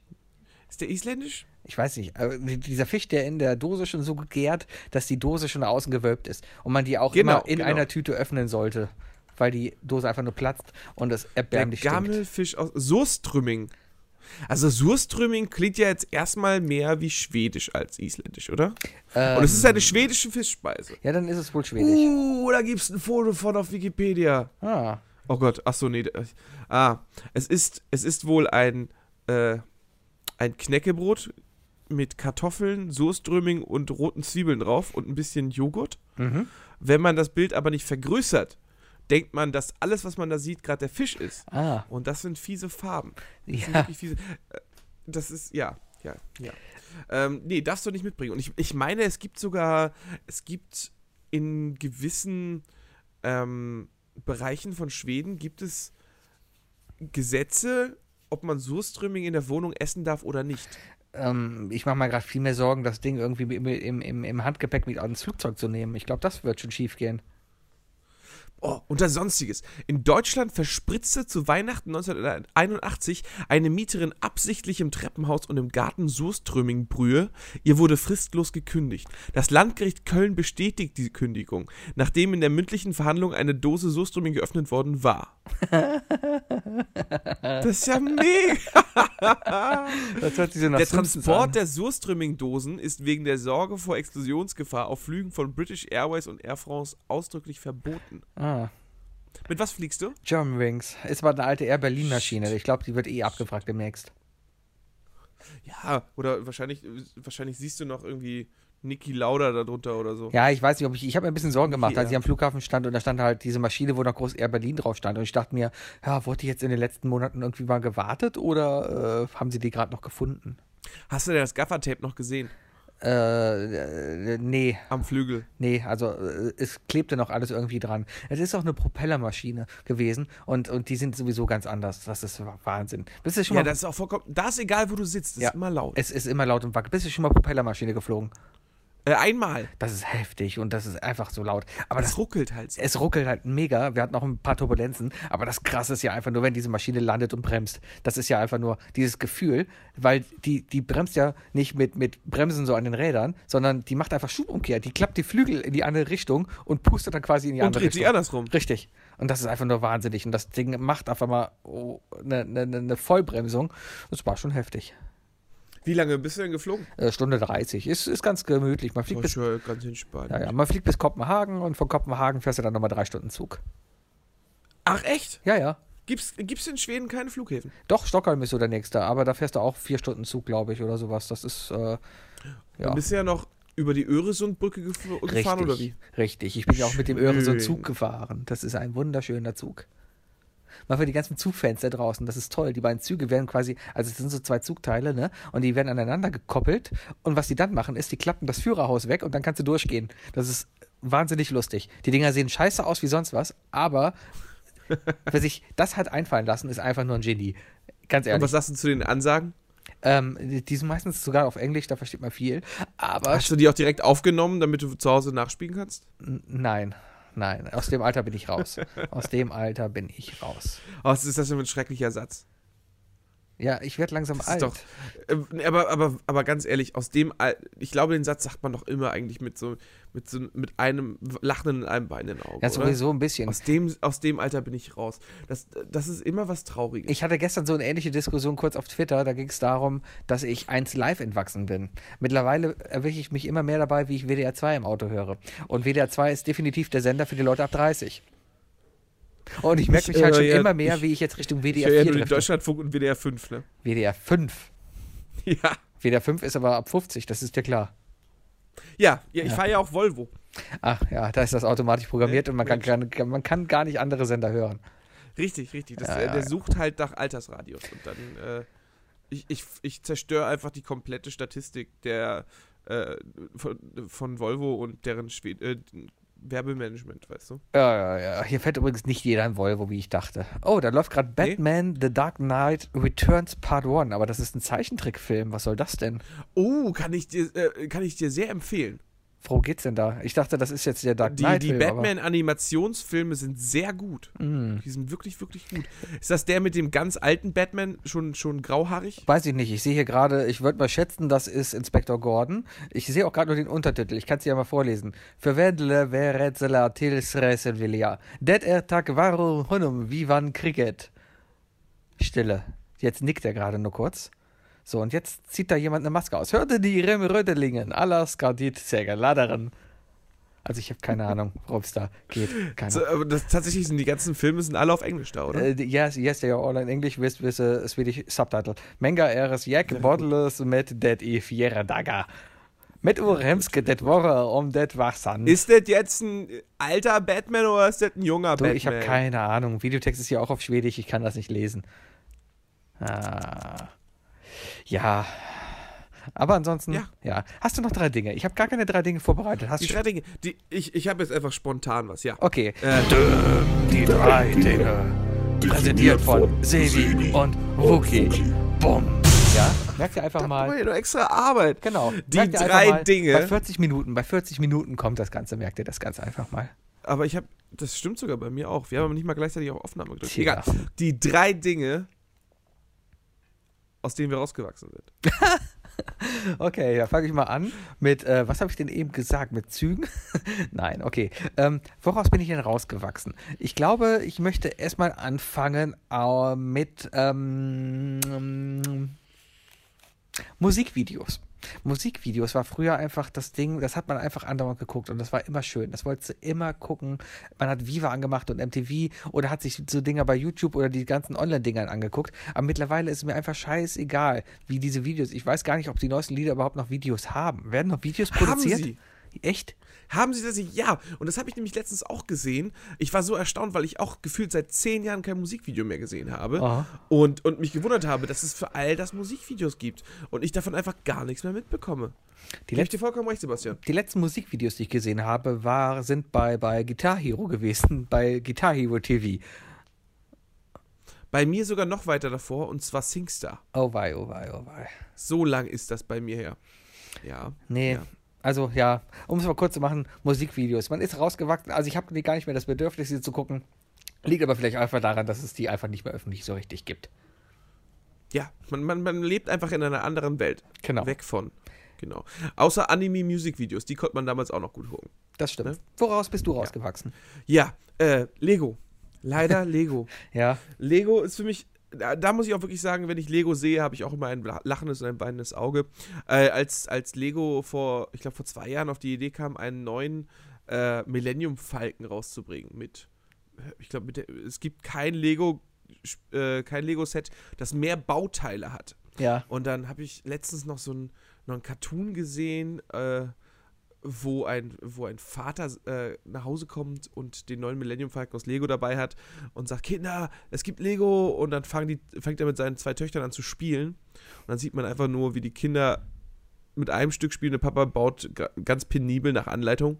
Speaker 3: Ist der isländisch?
Speaker 4: Ich weiß nicht, aber die- dieser Fisch, der in der Dose schon so gärt, dass die Dose schon außen gewölbt ist und man die auch
Speaker 3: Genau,
Speaker 4: immer in
Speaker 3: genau.
Speaker 4: einer Tüte öffnen sollte, weil die Dose einfach nur platzt und das
Speaker 3: Der
Speaker 4: erbärmlich stinkt.
Speaker 3: Gammelfisch aus Surströmming. Also Surströmming klingt ja jetzt erstmal mehr wie schwedisch als isländisch, oder?
Speaker 4: Ähm,
Speaker 3: Und es ist eine schwedische Fischspeise.
Speaker 4: ja, dann ist es wohl schwedisch.
Speaker 3: Uh, da gibt's ein Foto von auf Wikipedia.
Speaker 4: Ah,
Speaker 3: Oh Gott, ach so, nee. da- Ah, es ist, es ist wohl ein, äh, ein Knäckebrot mit Kartoffeln, Soßströming und roten Zwiebeln drauf und ein bisschen Joghurt.
Speaker 4: mhm.
Speaker 3: Wenn man das Bild aber nicht vergrößert, denkt man, dass alles, was man da sieht, gerade der Fisch ist.
Speaker 4: ah,
Speaker 3: Und das sind fiese Farben. Das sind
Speaker 4: ja.
Speaker 3: wirklich fiese. äh, Das ist, ja, ja, ja. Ähm, nee, darfst du nicht mitbringen. Und ich, ich meine, es gibt sogar, es gibt in gewissen ähm, Bereichen von Schweden gibt es Gesetze, ob man Surströmming in der Wohnung essen darf oder nicht.
Speaker 4: Ähm, ich mache mir gerade viel mehr Sorgen, das Ding irgendwie im, im, im, im Handgepäck mit ans Flugzeug zu nehmen. Ich glaube, das wird schon schief gehen.
Speaker 3: Oh, unter Sonstiges. In Deutschland verspritzte zu Weihnachten 1981 eine Mieterin absichtlich im Treppenhaus und im Garten Soeströming-Brühe. Ihr wurde fristlos gekündigt. Das Landgericht Köln bestätigt die Kündigung, nachdem in der mündlichen Verhandlung eine Dose Soeströming geöffnet worden war. Das ist ja mega.
Speaker 4: Das hört sich so nach
Speaker 3: Der
Speaker 4: Simpsons an.
Speaker 3: Transport der Surströmming-Dosen ist wegen der Sorge vor Explosionsgefahr auf Flügen von British Airways und Air France ausdrücklich verboten.
Speaker 4: Ah,
Speaker 3: Mit was fliegst du?
Speaker 4: German Wings. Ist aber eine alte Air Berlin Maschine. Ich glaube, die wird eh abgefragt demnächst.
Speaker 3: Ja, oder wahrscheinlich, wahrscheinlich siehst du noch irgendwie Niki Lauda darunter oder so.
Speaker 4: Ja, ich weiß nicht, ob ich, ich habe mir ein bisschen Sorgen gemacht,
Speaker 3: Hier.
Speaker 4: als ich am Flughafen stand und da stand halt diese Maschine, wo noch groß Air Berlin drauf stand. Und ich dachte mir, ja, wurde die jetzt in den letzten Monaten irgendwie mal gewartet oder äh, haben sie die gerade noch gefunden?
Speaker 3: Hast du denn das Gaffertape noch gesehen?
Speaker 4: Äh, äh, nee,
Speaker 3: Am Flügel.
Speaker 4: nee, also äh, es klebte noch alles irgendwie dran. Es ist auch eine Propellermaschine gewesen und, und die sind sowieso ganz anders. Das ist wa- Wahnsinn. Bist du schon
Speaker 3: Ja,
Speaker 4: mal.
Speaker 3: das ist auch vollkommen. Da ist egal, wo du sitzt, das
Speaker 4: Ja.
Speaker 3: ist immer laut.
Speaker 4: es ist immer laut und wackelt. Bist du schon mal Propellermaschine geflogen?
Speaker 3: Äh, einmal.
Speaker 4: Das ist heftig und das ist einfach so laut. Aber das
Speaker 3: Das ruckelt halt. so.
Speaker 4: es ruckelt halt mega. Wir hatten auch ein paar Turbulenzen, aber das Krasse ist ja einfach nur, wenn diese Maschine landet und bremst. Das ist ja einfach nur dieses Gefühl, weil die, die bremst ja nicht mit, mit Bremsen so an den Rädern, sondern die macht einfach Schubumkehr. Die klappt die Flügel in die andere Richtung und pustet dann quasi in die
Speaker 3: Und
Speaker 4: andere
Speaker 3: dreht
Speaker 4: Richtung.
Speaker 3: sich um. andersrum.
Speaker 4: Richtig. Und das ist einfach nur wahnsinnig. Und das Ding macht einfach mal oh, eine ne, ne, ne Vollbremsung. Das war schon heftig.
Speaker 3: Wie lange bist du denn geflogen?
Speaker 4: Äh, Stunde 30. Ist, ist ganz gemütlich. Man fliegt,
Speaker 3: Oh,
Speaker 4: bis,
Speaker 3: ich war ganz entspannt.
Speaker 4: ja, ja, man fliegt bis Kopenhagen und von Kopenhagen fährst du dann nochmal drei Stunden Zug.
Speaker 3: Ach, echt?
Speaker 4: Ja, ja.
Speaker 3: Gibt's, gibt's in Schweden keine Flughäfen?
Speaker 4: Doch, Stockholm ist so der nächste, aber da fährst du auch vier Stunden Zug, glaube ich, oder sowas. Das ist äh, ja
Speaker 3: Du bist ja noch über die Öresundbrücke gefl- gefahren oder wie?
Speaker 4: Richtig. Ich bin ja auch mit dem Öresund
Speaker 3: Schön.
Speaker 4: Zug gefahren. Das ist ein wunderschöner Zug. Mal für die ganzen Zugfans da draußen, das ist toll. Die beiden Züge werden quasi, also es sind so zwei Zugteile, ne? Und die werden aneinander gekoppelt. Und was die dann machen, ist, die klappen das Führerhaus weg und dann kannst du durchgehen. Das ist wahnsinnig lustig. Die Dinger sehen scheiße aus wie sonst was, aber
Speaker 3: [laughs]
Speaker 4: wer sich das hat einfallen lassen, ist einfach nur ein Genie. Ganz
Speaker 3: Und
Speaker 4: ehrlich.
Speaker 3: was sagst du zu den Ansagen?
Speaker 4: Ähm, die die sind meistens sogar auf Englisch, da versteht man viel. Aber
Speaker 3: Hast du die auch direkt aufgenommen, damit du zu Hause nachspielen kannst?
Speaker 4: n- nein, nein, aus dem Alter bin ich
Speaker 3: [laughs]
Speaker 4: raus. aus dem Alter bin ich raus.
Speaker 3: Oh, was ist das denn für ein schrecklicher Satz?
Speaker 4: Ja, ich werde langsam
Speaker 3: Das
Speaker 4: alt.
Speaker 3: ist doch, ähm, nee, aber, aber, aber ganz ehrlich, aus dem, Al- ich glaube, den Satz sagt man doch immer eigentlich mit so, mit so, mit einem lachenden in einem Bein in den Augen.
Speaker 4: ja,
Speaker 3: oder?
Speaker 4: sowieso ein bisschen.
Speaker 3: Aus dem, aus dem Alter bin ich raus. Das, das ist immer was Trauriges.
Speaker 4: Ich hatte gestern so eine ähnliche Diskussion kurz auf Twitter. Da ging es darum, dass ich eins live entwachsen bin. Mittlerweile erwische ich mich immer mehr dabei, wie ich WDR 2 im Auto höre. Und WDR 2 ist definitiv der Sender für die Leute ab 30. Und ich merke
Speaker 3: Ich,
Speaker 4: mich halt
Speaker 3: äh,
Speaker 4: schon
Speaker 3: ja,
Speaker 4: immer mehr,
Speaker 3: ich-
Speaker 4: wie ich jetzt Richtung
Speaker 3: ich
Speaker 4: WDR
Speaker 3: höre ja
Speaker 4: 4
Speaker 3: nur den
Speaker 4: drifte.
Speaker 3: Deutschlandfunk und WDR 5, ne?
Speaker 4: WDR 5.
Speaker 3: [laughs] Ja,
Speaker 4: WDR 5 ist aber ab 50, das ist dir klar.
Speaker 3: ja, ja ich fahre ja auch Volvo.
Speaker 4: Ach ja, da ist das automatisch programmiert
Speaker 3: Ja,
Speaker 4: und man kann, gar- man kann gar nicht andere Sender hören.
Speaker 3: Richtig, richtig. Das,
Speaker 4: Ja,
Speaker 3: äh,
Speaker 4: ja,
Speaker 3: der
Speaker 4: ja.
Speaker 3: sucht halt nach Altersradios. Und dann, äh, ich, ich, ich zerstöre einfach die komplette Statistik der, äh, von, von Volvo und deren Schwed äh, Werbemanagement, weißt du?
Speaker 4: Ja, ja, ja. Hier fährt übrigens nicht jeder ein Volvo, wie ich dachte. Oh, da läuft gerade
Speaker 3: Nee.
Speaker 4: Batman The Dark Knight Returns Part 1, aber das ist ein Zeichentrickfilm. Was soll das denn?
Speaker 3: Oh, kann ich dir, äh, kann ich dir sehr empfehlen.
Speaker 4: Worum geht's denn da? Ich dachte, das ist jetzt der Dark
Speaker 3: Die,
Speaker 4: Knight.
Speaker 3: die Batman-Animationsfilme sind sehr gut.
Speaker 4: Mm.
Speaker 3: Die sind wirklich, wirklich gut. Ist das der mit dem ganz alten Batman, schon, schon grauhaarig?
Speaker 4: Weiß ich nicht. Ich sehe hier gerade, ich würde mal schätzen, das ist Inspektor Gordon. Ich sehe auch gerade nur den Untertitel. Ich kann es dir ja mal vorlesen. Verwendle verretzela tils resenvilia. Det er tak varum honum vivan cricket. Stille. Jetzt nickt er gerade nur kurz. So, und jetzt zieht da jemand eine Maske aus. Hörte die Rem Rödelingen, alas Gardit Laderen. Also ich habe keine Ahnung, worum es da geht. Keine
Speaker 3: So, aber das, tatsächlich sind die ganzen Filme sind alle auf Englisch da, oder?
Speaker 4: Uh, yes, yes, they are all in English with, with a Swedish subtitle. Menga eres jack bottles med det i fjärra dagar. Med urhemske det vore om det varsan.
Speaker 3: ist das jetzt ein alter Batman oder ist das ein junger
Speaker 4: du,
Speaker 3: Batman?
Speaker 4: ich habe keine Ahnung. Videotext ist ja auch auf Schwedisch, ich kann das nicht lesen. Ah. Ja. Aber ansonsten, ja.
Speaker 3: Ja.
Speaker 4: Hast du noch drei Dinge? Ich habe gar keine drei Dinge vorbereitet. Hast
Speaker 3: Die
Speaker 4: du
Speaker 3: drei Dinge, die, ich, ich habe jetzt einfach spontan was, ja.
Speaker 4: Okay.
Speaker 3: Äh,
Speaker 4: Die drei Dinge. Präsentiert von Sevi und Wookie. Bumm. Ja, merkt ihr einfach mal.
Speaker 3: Guck mal, hier noch extra Arbeit.
Speaker 4: Genau.
Speaker 3: Die
Speaker 4: Merkt ihr einfach
Speaker 3: drei
Speaker 4: mal,
Speaker 3: Dinge.
Speaker 4: Bei 40 Minuten, bei 40 Minuten kommt das Ganze, merkt ihr das ganz einfach mal.
Speaker 3: Aber ich habe, das stimmt sogar bei mir auch. Wir haben aber nicht mal gleichzeitig auf Aufnahme gedrückt.
Speaker 4: Tja.
Speaker 3: Egal. Die drei Dinge, aus denen wir rausgewachsen sind.
Speaker 4: Okay, da fange ich mal an mit, äh, was habe ich denn eben gesagt, mit Zügen? [laughs] Nein, okay. Ähm, woraus bin ich denn rausgewachsen? Ich glaube, ich möchte erstmal anfangen äh, mit ähm, ähm, Musikvideos. Musikvideos war früher einfach das Ding, das hat man einfach andauernd geguckt und das war immer schön. Das wolltest du immer gucken. Man hat Viva angemacht und MTV oder hat sich so Dinger bei YouTube oder die ganzen Online-Dingern angeguckt. Aber mittlerweile ist es mir einfach scheißegal, wie diese Videos. Ich weiß gar nicht, ob die neuesten Lieder überhaupt noch Videos haben. Werden noch Videos produziert?
Speaker 3: sie.
Speaker 4: Echt?
Speaker 3: Haben sie das? Ja. Und das habe ich nämlich letztens auch gesehen. Ich war so erstaunt, weil ich auch gefühlt seit zehn Jahren kein Musikvideo mehr gesehen habe.
Speaker 4: Aha.
Speaker 3: Und, und mich gewundert habe, dass es für all das Musikvideos gibt. Und ich davon einfach gar nichts mehr mitbekomme.
Speaker 4: Die
Speaker 3: Gebe ich dir vollkommen recht, Sebastian.
Speaker 4: Die letzten Musikvideos, die ich gesehen habe, war, sind bei, bei Guitar Hero gewesen, bei Guitar Hero TV.
Speaker 3: Bei mir sogar noch weiter davor, und zwar Singstar.
Speaker 4: Oh wei, oh wei, oh wei.
Speaker 3: So lang ist das bei mir her. Ja.
Speaker 4: Nee.
Speaker 3: Ja.
Speaker 4: Also ja, um es mal kurz zu machen, Musikvideos. Man ist rausgewachsen, also ich habe gar nicht mehr das Bedürfnis, sie zu gucken. Liegt aber vielleicht einfach daran, dass es die einfach nicht mehr öffentlich so richtig gibt.
Speaker 3: Ja, man, man, man lebt einfach in einer anderen Welt.
Speaker 4: Genau.
Speaker 3: Weg von. Genau. Außer Anime-Musikvideos, die konnte man damals auch noch gut gucken.
Speaker 4: Das stimmt.
Speaker 3: Ne?
Speaker 4: Woraus bist du rausgewachsen?
Speaker 3: Ja, äh, Lego. Leider Lego.
Speaker 4: Ja.
Speaker 3: Lego ist für mich, da, da muss ich auch wirklich sagen, wenn ich Lego sehe, habe ich auch immer ein la- lachendes und ein weinendes Auge. Äh, als, als Lego vor, ich glaube, vor zwei Jahren auf die Idee kam, einen neuen äh, Millennium Falken rauszubringen mit, äh, ich glaube, mit der- es gibt kein Lego, äh, kein Lego-Set, das mehr Bauteile hat.
Speaker 4: Ja.
Speaker 3: Und dann habe ich letztens noch so ein, noch ein Cartoon gesehen, äh, wo, ein, wo ein Vater äh, nach Hause kommt und den neuen Millennium Falcon aus Lego dabei hat und sagt, Kinder, es gibt Lego. Und dann fangen die, fängt er mit seinen zwei Töchtern an zu spielen. Und dann sieht man einfach nur, wie die Kinder mit einem Stück spielen. Der Papa baut ga- ganz penibel nach Anleitung.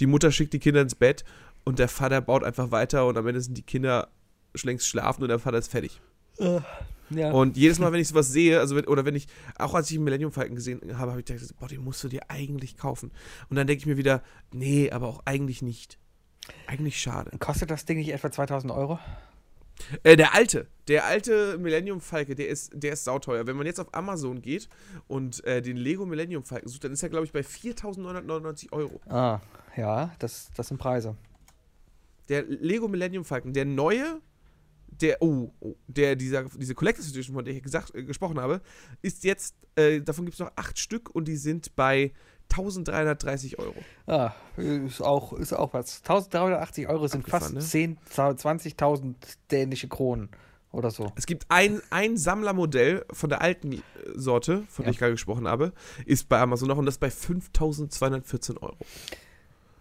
Speaker 3: Die Mutter schickt die Kinder ins Bett und der Vater baut einfach weiter. Und am Ende sind die Kinder schon längst schlafen und der Vater ist fertig.
Speaker 4: ja.
Speaker 3: Und jedes Mal, wenn ich sowas sehe, also wenn, oder wenn ich, auch als ich einen Millennium Falcon gesehen habe, habe ich gedacht, boah, den musst du dir eigentlich kaufen. Und dann denke ich mir wieder, nee, aber auch eigentlich nicht. Eigentlich schade.
Speaker 4: Kostet das Ding nicht etwa 2000 Euro?
Speaker 3: Äh, der alte, der alte Millennium Falke, der ist, der ist sauteuer. Wenn man jetzt auf Amazon geht und äh, den Lego Millennium Falcon sucht, dann ist er, glaube ich, bei 4.999 Euro.
Speaker 4: Ah, ja, das, das sind Preise.
Speaker 3: Der Lego Millennium Falcon, der neue, der, oh, oh der, dieser, diese Collector's Edition, von der ich gesagt, äh, gesprochen habe, ist jetzt, äh, davon gibt es noch acht Stück und die sind bei 1330 Euro.
Speaker 4: Ah, ist auch, ist auch was. 1380 Euro sind fast
Speaker 3: Abgefahren, ne?
Speaker 4: 10, 20.000 dänische Kronen oder so.
Speaker 3: Es gibt ein, ein Sammlermodell von der alten äh, Sorte, von
Speaker 4: Ja.
Speaker 3: der ich gerade gesprochen habe, ist bei Amazon noch und das bei 5214 Euro.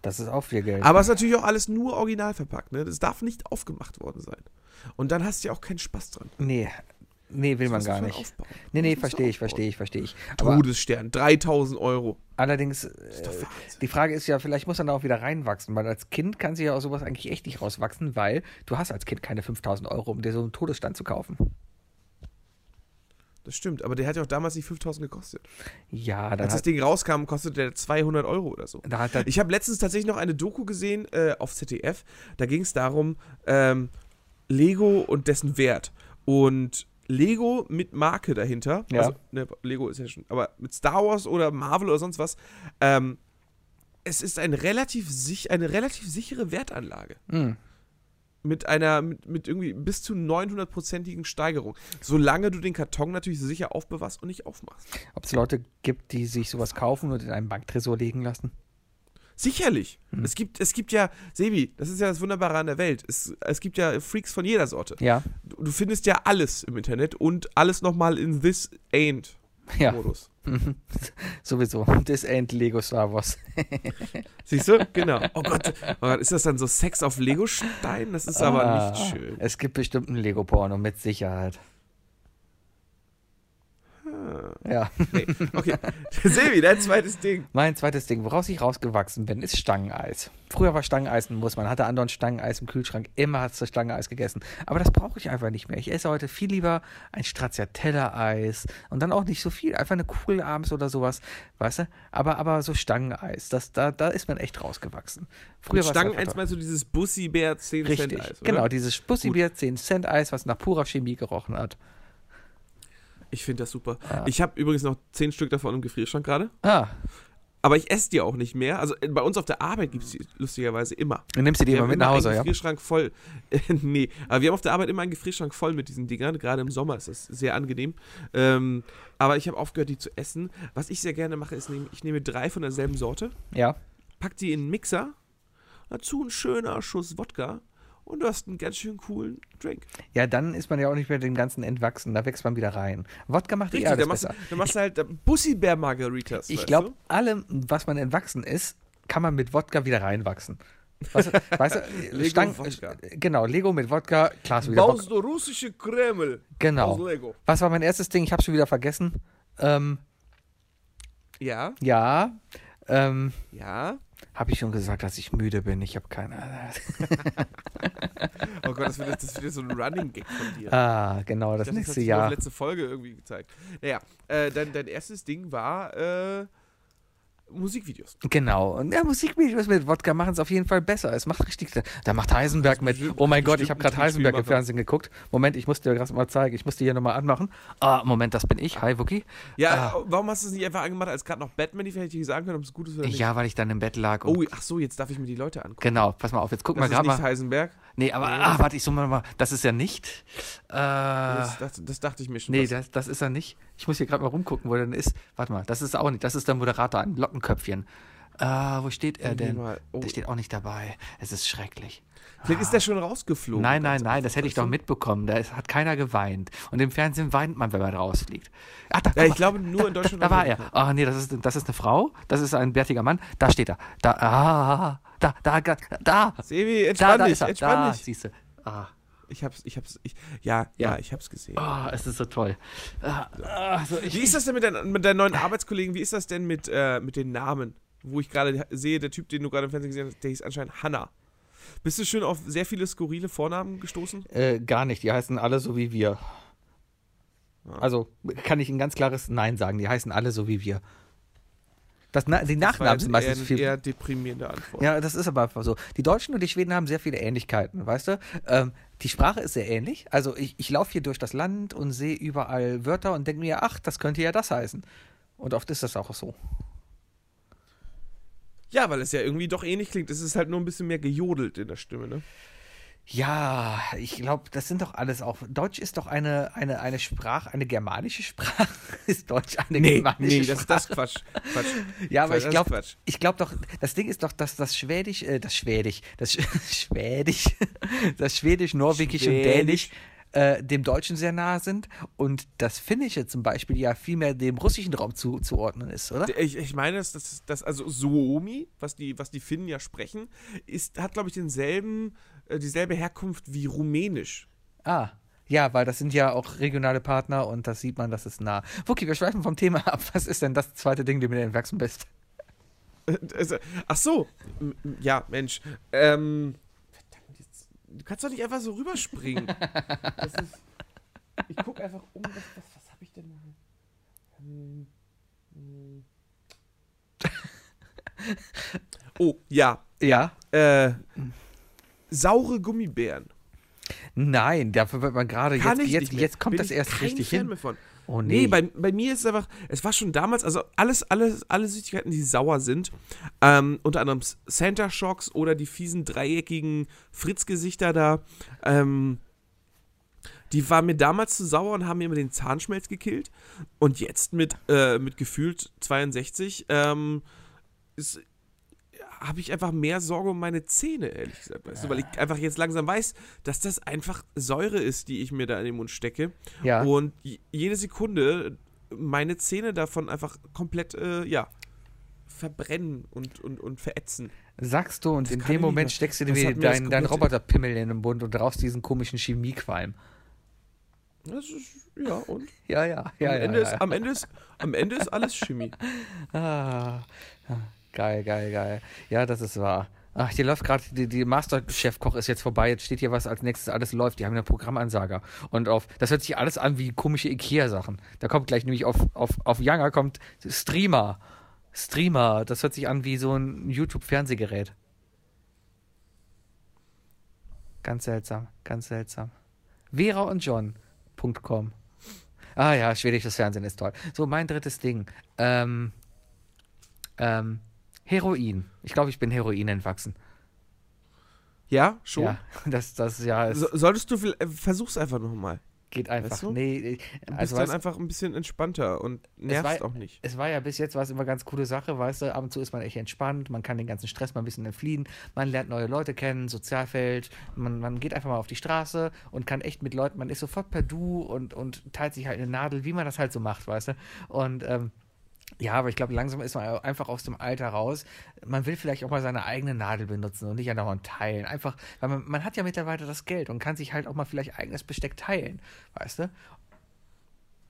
Speaker 4: Das ist auch viel Geld.
Speaker 3: Aber es ist natürlich auch alles nur original verpackt, ne? Das darf nicht aufgemacht worden sein. Und dann hast du ja auch keinen Spaß dran.
Speaker 4: nee, nee, will man
Speaker 3: musst du
Speaker 4: gar
Speaker 3: voll
Speaker 4: nicht.
Speaker 3: aufbauen.
Speaker 4: Nee, nee,
Speaker 3: Das musst du
Speaker 4: verstehe ich,
Speaker 3: aufbauen.
Speaker 4: verstehe ich, verstehe ich. Aber
Speaker 3: Todesstern, 3000 Euro.
Speaker 4: allerdings, äh,
Speaker 3: doch Wahnsinn.
Speaker 4: die Frage ist ja, vielleicht muss man da auch wieder reinwachsen, weil als Kind kann sich ja aus sowas eigentlich echt nicht rauswachsen, weil du hast als Kind keine 5000 Euro, um dir so einen Todesstand zu kaufen.
Speaker 3: Das stimmt, aber der hat ja auch damals nicht 5000 gekostet.
Speaker 4: Ja, dann
Speaker 3: Als das
Speaker 4: hat,
Speaker 3: Ding rauskam, kostete der 200 Euro oder so.
Speaker 4: da hat er
Speaker 3: Ich habe letztens tatsächlich noch eine Doku gesehen äh, auf ZDF. Da ging es darum, ähm, Lego und dessen Wert. Und Lego mit Marke dahinter.
Speaker 4: Ja.
Speaker 3: Also, ne, Lego ist ja schon. Aber mit Star Wars oder Marvel oder sonst was. Ähm, es ist ein relativ sich, eine relativ sichere Wertanlage.
Speaker 4: Hm.
Speaker 3: Mit einer, mit, mit irgendwie bis zu 900-prozentigen Steigerung. Solange du den Karton natürlich sicher aufbewahrst und nicht aufmachst.
Speaker 4: Ob es Leute gibt, die sich sowas kaufen und in einen Banktresor legen lassen?
Speaker 3: Sicherlich.
Speaker 4: Hm.
Speaker 3: Es, gibt, es gibt ja, Sebi, das ist ja das Wunderbare an der Welt. Es, es gibt ja Freaks von jeder Sorte.
Speaker 4: Ja, [laughs]
Speaker 3: Du, du findest ja alles im Internet und alles nochmal in This Ain't
Speaker 4: ja, Mhm.
Speaker 3: Modus.
Speaker 4: [laughs] sowieso. This ain't Lego Star Wars.
Speaker 3: Siehst du? Genau. Oh Gott. oh Gott, ist das dann so Sex auf Legostein? Das ist aber
Speaker 4: Ah,
Speaker 3: nicht schön.
Speaker 4: Es gibt bestimmt einen Lego-Porno, mit Sicherheit.
Speaker 3: Hm.
Speaker 4: Ja,
Speaker 3: Nee. Okay. [laughs] Sebi, dein zweites Ding.
Speaker 4: mein zweites Ding, woraus ich rausgewachsen bin, ist Stangeneis. Früher war Stangeneis ein Muss. Man hatte anderen Stangeneis im Kühlschrank. Immer hat du Stangeneis gegessen. Aber das brauche ich einfach nicht mehr. Ich esse heute viel lieber ein Stracciatella-Eis und dann auch nicht so viel. Einfach eine Kugel abends oder sowas. Weißt du? Aber, aber so Stangeneis, das, da, da ist man echt rausgewachsen.
Speaker 3: Mit
Speaker 4: war's
Speaker 3: Stangen
Speaker 4: einfach
Speaker 3: eins
Speaker 4: toll.
Speaker 3: meinst du dieses Bussi-Bär 10
Speaker 4: Richtig,
Speaker 3: Cent Eis, oder?
Speaker 4: genau, dieses Spussibier 10-Cent-Eis, was nach purer Chemie gerochen hat.
Speaker 3: Ich finde das super. Ich habe übrigens noch 10 Stück davon im Gefrierschrank gerade.
Speaker 4: Ah,
Speaker 3: Aber ich esse die auch nicht mehr. Also äh, bei uns auf der Arbeit gibt es die lustigerweise immer.
Speaker 4: du nimmst dir die
Speaker 3: Wir
Speaker 4: immer
Speaker 3: haben
Speaker 4: mit nach
Speaker 3: immer
Speaker 4: Hause,
Speaker 3: einen
Speaker 4: ja?
Speaker 3: Gefrierschrank voll. [laughs] nee, aber wir haben auf der Arbeit immer einen Gefrierschrank voll mit diesen Dingern. Gerade im Sommer ist das sehr angenehm. Ähm, aber ich habe aufgehört, die zu essen. Was ich sehr gerne mache, ist, nehm, ich nehme drei von derselben Sorte,
Speaker 4: Ja.
Speaker 3: pack die in einen Mixer, dazu ein schöner Schuss Wodka und du hast einen ganz schön coolen Drink.
Speaker 4: Ja, dann ist man ja auch nicht mehr dem Ganzen entwachsen, da wächst man wieder rein. Wodka macht eh
Speaker 3: Richtig,
Speaker 4: alles
Speaker 3: dann, machst, du-
Speaker 4: besser.
Speaker 3: dann machst du halt äh, Bussi-Bär-Margaritas.
Speaker 4: Ich
Speaker 3: weißt
Speaker 4: glaube,
Speaker 3: du?
Speaker 4: allem, was man entwachsen ist, kann man mit Wodka wieder reinwachsen. Weißt
Speaker 3: [laughs]
Speaker 4: du, weißt du
Speaker 3: Lego
Speaker 4: Stang,
Speaker 3: Wodka.
Speaker 4: genau, Lego mit Wodka, klar, ist wieder Wodka.
Speaker 3: Baust du russische Kreml aus
Speaker 4: Genau.
Speaker 3: Lego.
Speaker 4: Was war mein erstes Ding? Ich hab's schon wieder vergessen. Ähm,
Speaker 3: Ja,
Speaker 4: ja, ähm,
Speaker 3: ja.
Speaker 4: habe ich schon gesagt, dass ich müde bin. Ich habe keine.
Speaker 3: Oh Gott, das wird, jetzt- das wird jetzt so ein Running Gag von dir.
Speaker 4: Ah, genau, das,
Speaker 3: Das
Speaker 4: nächste
Speaker 3: hat sich
Speaker 4: Jahr.
Speaker 3: auf letzte Folge irgendwie gezeigt. Naja, äh, dein, dein erstes Ding war äh, Musikvideos.
Speaker 4: Genau. Und ja, Musikvideos mit Wodka machen es auf jeden Fall besser. Es macht richtig. Da macht Heisenberg mit. Oh mein Gott, ich habe gerade
Speaker 3: bestimmt ein
Speaker 4: Heisenberg im
Speaker 3: Trinkspiel machen.
Speaker 4: Fernsehen geguckt. Moment, ich muss dir das mal zeigen. Ich muss dir hier nochmal anmachen. Ah, Moment, das bin ich. Hi, Wookie. Ah,
Speaker 3: Ja, äh, warum hast du es nicht einfach angemacht, als gerade noch Batman? Ich hätte dir sagen können, ob es gut ist oder nicht.
Speaker 4: Ja, weil ich dann im Bett lag. Und
Speaker 3: Oh, ach so, jetzt darf ich mir die Leute angucken.
Speaker 4: Genau, pass mal auf, jetzt guck
Speaker 3: Das
Speaker 4: mal
Speaker 3: ist
Speaker 4: gerade
Speaker 3: nicht
Speaker 4: mal.
Speaker 3: Heisenberg.
Speaker 4: Nee, aber ah, warte, ich suche mal mal. Das ist ja nicht. Äh,
Speaker 3: Das, das, das dachte ich mir schon.
Speaker 4: nee,
Speaker 3: was-
Speaker 4: das, das ist er nicht. Ich muss hier gerade mal rumgucken, wo er denn ist. Warte mal, das ist er auch nicht. Das ist der Moderator, ein Lockenköpfchen. Äh, wo steht er
Speaker 3: Irgendwie
Speaker 4: denn?
Speaker 3: mal- oh.
Speaker 4: Der steht auch nicht dabei. Es ist schrecklich.
Speaker 3: Vielleicht ist der schon rausgeflogen.
Speaker 4: Nein, nein,
Speaker 3: Ganz
Speaker 4: nein, das hätte ich doch mitbekommen. Da ist, hat keiner geweint. Und im Fernsehen weint man, wenn man rausfliegt. Ach, da,
Speaker 3: Ja,
Speaker 4: guck
Speaker 3: ich
Speaker 4: mal,
Speaker 3: glaube, nur in Deutschland.
Speaker 4: da war
Speaker 3: und
Speaker 4: er.
Speaker 3: Amerika.
Speaker 4: Ach nee, das ist, das ist eine Frau, das ist ein bärtiger Mann. Da steht er. Da, ah, da, da, da, da,
Speaker 3: Sebi,
Speaker 4: da,
Speaker 3: entspann
Speaker 4: da
Speaker 3: dich,
Speaker 4: ist er.
Speaker 3: entspann
Speaker 4: Da,
Speaker 3: dich.
Speaker 4: siehst du. Ah,
Speaker 3: Ich hab's, ich hab's, ich, ja, ja, ich hab's gesehen.
Speaker 4: ah, es ist so toll. Ah, ah, so ich,
Speaker 3: Wie ist das denn mit, dein, mit deinen neuen Arbeitskollegen? Wie ist das denn mit, äh, mit den Namen? Wo ich gerade sehe, der Typ, den du gerade im Fernsehen gesehen hast, der hieß anscheinend Hanna. Bist du schon auf sehr viele skurrile Vornamen gestoßen?
Speaker 4: äh, gar nicht, die heißen alle so wie wir. Also kann ich ein ganz klares Nein sagen, die heißen alle so wie wir. Das, Na- die
Speaker 3: Das war
Speaker 4: Nachnamen
Speaker 3: jetzt
Speaker 4: sind
Speaker 3: eher,
Speaker 4: meistens viel,
Speaker 3: eher deprimierende Antwort.
Speaker 4: Ja, das ist aber einfach so. Die Deutschen und die Schweden haben sehr viele Ähnlichkeiten, weißt du? Ähm, die Sprache ist sehr ähnlich. Also ich, ich laufe hier durch das Land und sehe überall Wörter und denke mir, ach, das könnte ja das heißen. Und oft ist das auch so.
Speaker 3: Ja, weil es ja irgendwie doch ähnlich klingt. Es ist halt nur ein bisschen mehr gejodelt in der Stimme, ne?
Speaker 4: Ja, ich glaube, das sind doch alles auch. Deutsch ist doch eine, eine, eine Sprache, eine germanische Sprache. [laughs] Ist Deutsch eine germanische
Speaker 3: nee, das,
Speaker 4: Sprache?
Speaker 3: das ist Quatsch. Quatsch.
Speaker 4: Ja, aber
Speaker 3: Quatsch,
Speaker 4: ich
Speaker 3: das ist
Speaker 4: glaube,
Speaker 3: Quatsch.
Speaker 4: ich glaube doch, das Ding ist doch, dass das Schwedisch, äh, das Schwedisch, das Sch [laughs] Schwedisch, das Schwedisch, Norwegisch und Dänisch äh, dem Deutschen sehr nahe sind und das Finnische zum Beispiel ja viel mehr dem russischen Raum zuzuordnen ist, oder?
Speaker 3: Ich, ich meine, dass, dass, dass also Suomi, was die, was die Finnen ja sprechen, ist, hat, glaube ich, denselben, äh, dieselbe Herkunft wie Rumänisch.
Speaker 4: Ah. Ja, weil das sind ja auch regionale Partner und das sieht man, das ist nah. Wookie, wir schweifen vom Thema ab. Was ist denn das zweite Ding, dem du entwachsen bist?
Speaker 3: Also, Ach so. M- m- Ja, Mensch. Ähm, verdammt, jetzt, du kannst
Speaker 4: [laughs]
Speaker 3: doch nicht einfach so rüberspringen. Das ist, ich guck einfach um. Was, was, was habe ich denn? Ähm, Oh, ja.
Speaker 4: Ja.
Speaker 3: Äh, saure Gummibären.
Speaker 4: Nein, dafür wird man gerade
Speaker 3: Kann
Speaker 4: jetzt,
Speaker 3: ich
Speaker 4: jetzt,
Speaker 3: nicht mehr.
Speaker 4: jetzt kommt
Speaker 3: Bin
Speaker 4: das
Speaker 3: ich
Speaker 4: erst
Speaker 3: kein
Speaker 4: richtig
Speaker 3: Fan
Speaker 4: hin.
Speaker 3: Mehr von.
Speaker 4: Oh
Speaker 3: Nee, bei, bei mir ist es einfach, es war schon damals, also alles, alles, alle Süßigkeiten, die sauer sind, ähm, unter anderem S- Santa Shocks oder die fiesen dreieckigen Fritzgesichter da, ähm, die waren mir damals zu sauer und haben mir immer den Zahnschmelz gekillt. Und jetzt mit, äh, mit gefühlt 62, ähm, ist, habe ich einfach mehr Sorge um meine Zähne, ehrlich gesagt. Weißt du, weil ich einfach jetzt langsam weiß, dass das einfach Säure ist, die ich mir da in den Mund stecke.
Speaker 4: ja.
Speaker 3: Und j- jede Sekunde meine Zähne davon einfach komplett, äh, ja, verbrennen und, und, und verätzen.
Speaker 4: Sagst du, und
Speaker 3: Das
Speaker 4: in
Speaker 3: kann
Speaker 4: dem
Speaker 3: ich nicht
Speaker 4: Moment
Speaker 3: mehr.
Speaker 4: steckst du
Speaker 3: Das
Speaker 4: dir
Speaker 3: hat mir das
Speaker 4: deinen dein
Speaker 3: komplett-
Speaker 4: Roboterpimmel in den Mund und rauchst diesen komischen Chemiequalm.
Speaker 3: Das ist, ja, und
Speaker 4: Ja, ja, ja.
Speaker 3: am,
Speaker 4: ja,
Speaker 3: Ende
Speaker 4: ja,
Speaker 3: Ist, am, Ende ist, am Ende ist alles Chemie.
Speaker 4: [laughs] Ah, geil, geil, geil. Ja, das ist wahr. Ach, hier läuft gerade, die, die Masterchef-Koch ist jetzt vorbei. Jetzt steht hier, was als nächstes alles läuft. Die haben eine Programmansager. Und auf, das hört sich alles an wie komische IKEA-Sachen. Da kommt gleich nämlich auf, auf, auf Younger kommt Streamer. Streamer, das hört sich an wie so ein YouTube-Fernsehgerät. Ganz seltsam, ganz seltsam. Vera und John.com. Ah ja, schwedisches Fernsehen ist toll. So, mein drittes Ding. Ähm, ähm, Heroin. Ich glaube, ich bin Heroin entwachsen.
Speaker 3: Ja, schon.
Speaker 4: Ja, [laughs] das, das, ja, es
Speaker 3: So, solltest du, viel- äh, versuch's einfach nochmal.
Speaker 4: geht einfach.
Speaker 3: weißt du?
Speaker 4: Nee,
Speaker 3: Du
Speaker 4: also,
Speaker 3: bist dann
Speaker 4: weißt,
Speaker 3: einfach ein bisschen entspannter und nervst
Speaker 4: war-
Speaker 3: auch nicht.
Speaker 4: es war ja bis jetzt war es immer ganz coole Sache, weißt du, ab und zu ist man echt entspannt, man kann den ganzen Stress mal ein bisschen entfliehen, man lernt neue Leute kennen, Sozialfeld, man, man geht einfach mal auf die Straße und kann echt mit Leuten, man ist sofort per Du und, und teilt sich halt eine Nadel, wie man das halt so macht, weißt du. Und ähm, Ja, aber ich glaube, langsam ist man au- einfach aus dem Alter raus. Man will vielleicht auch mal seine eigene Nadel benutzen und nicht andauernd teilen. Einfach, weil man, man hat ja mittlerweile das Geld und kann sich halt auch mal vielleicht eigenes Besteck teilen, weißt du?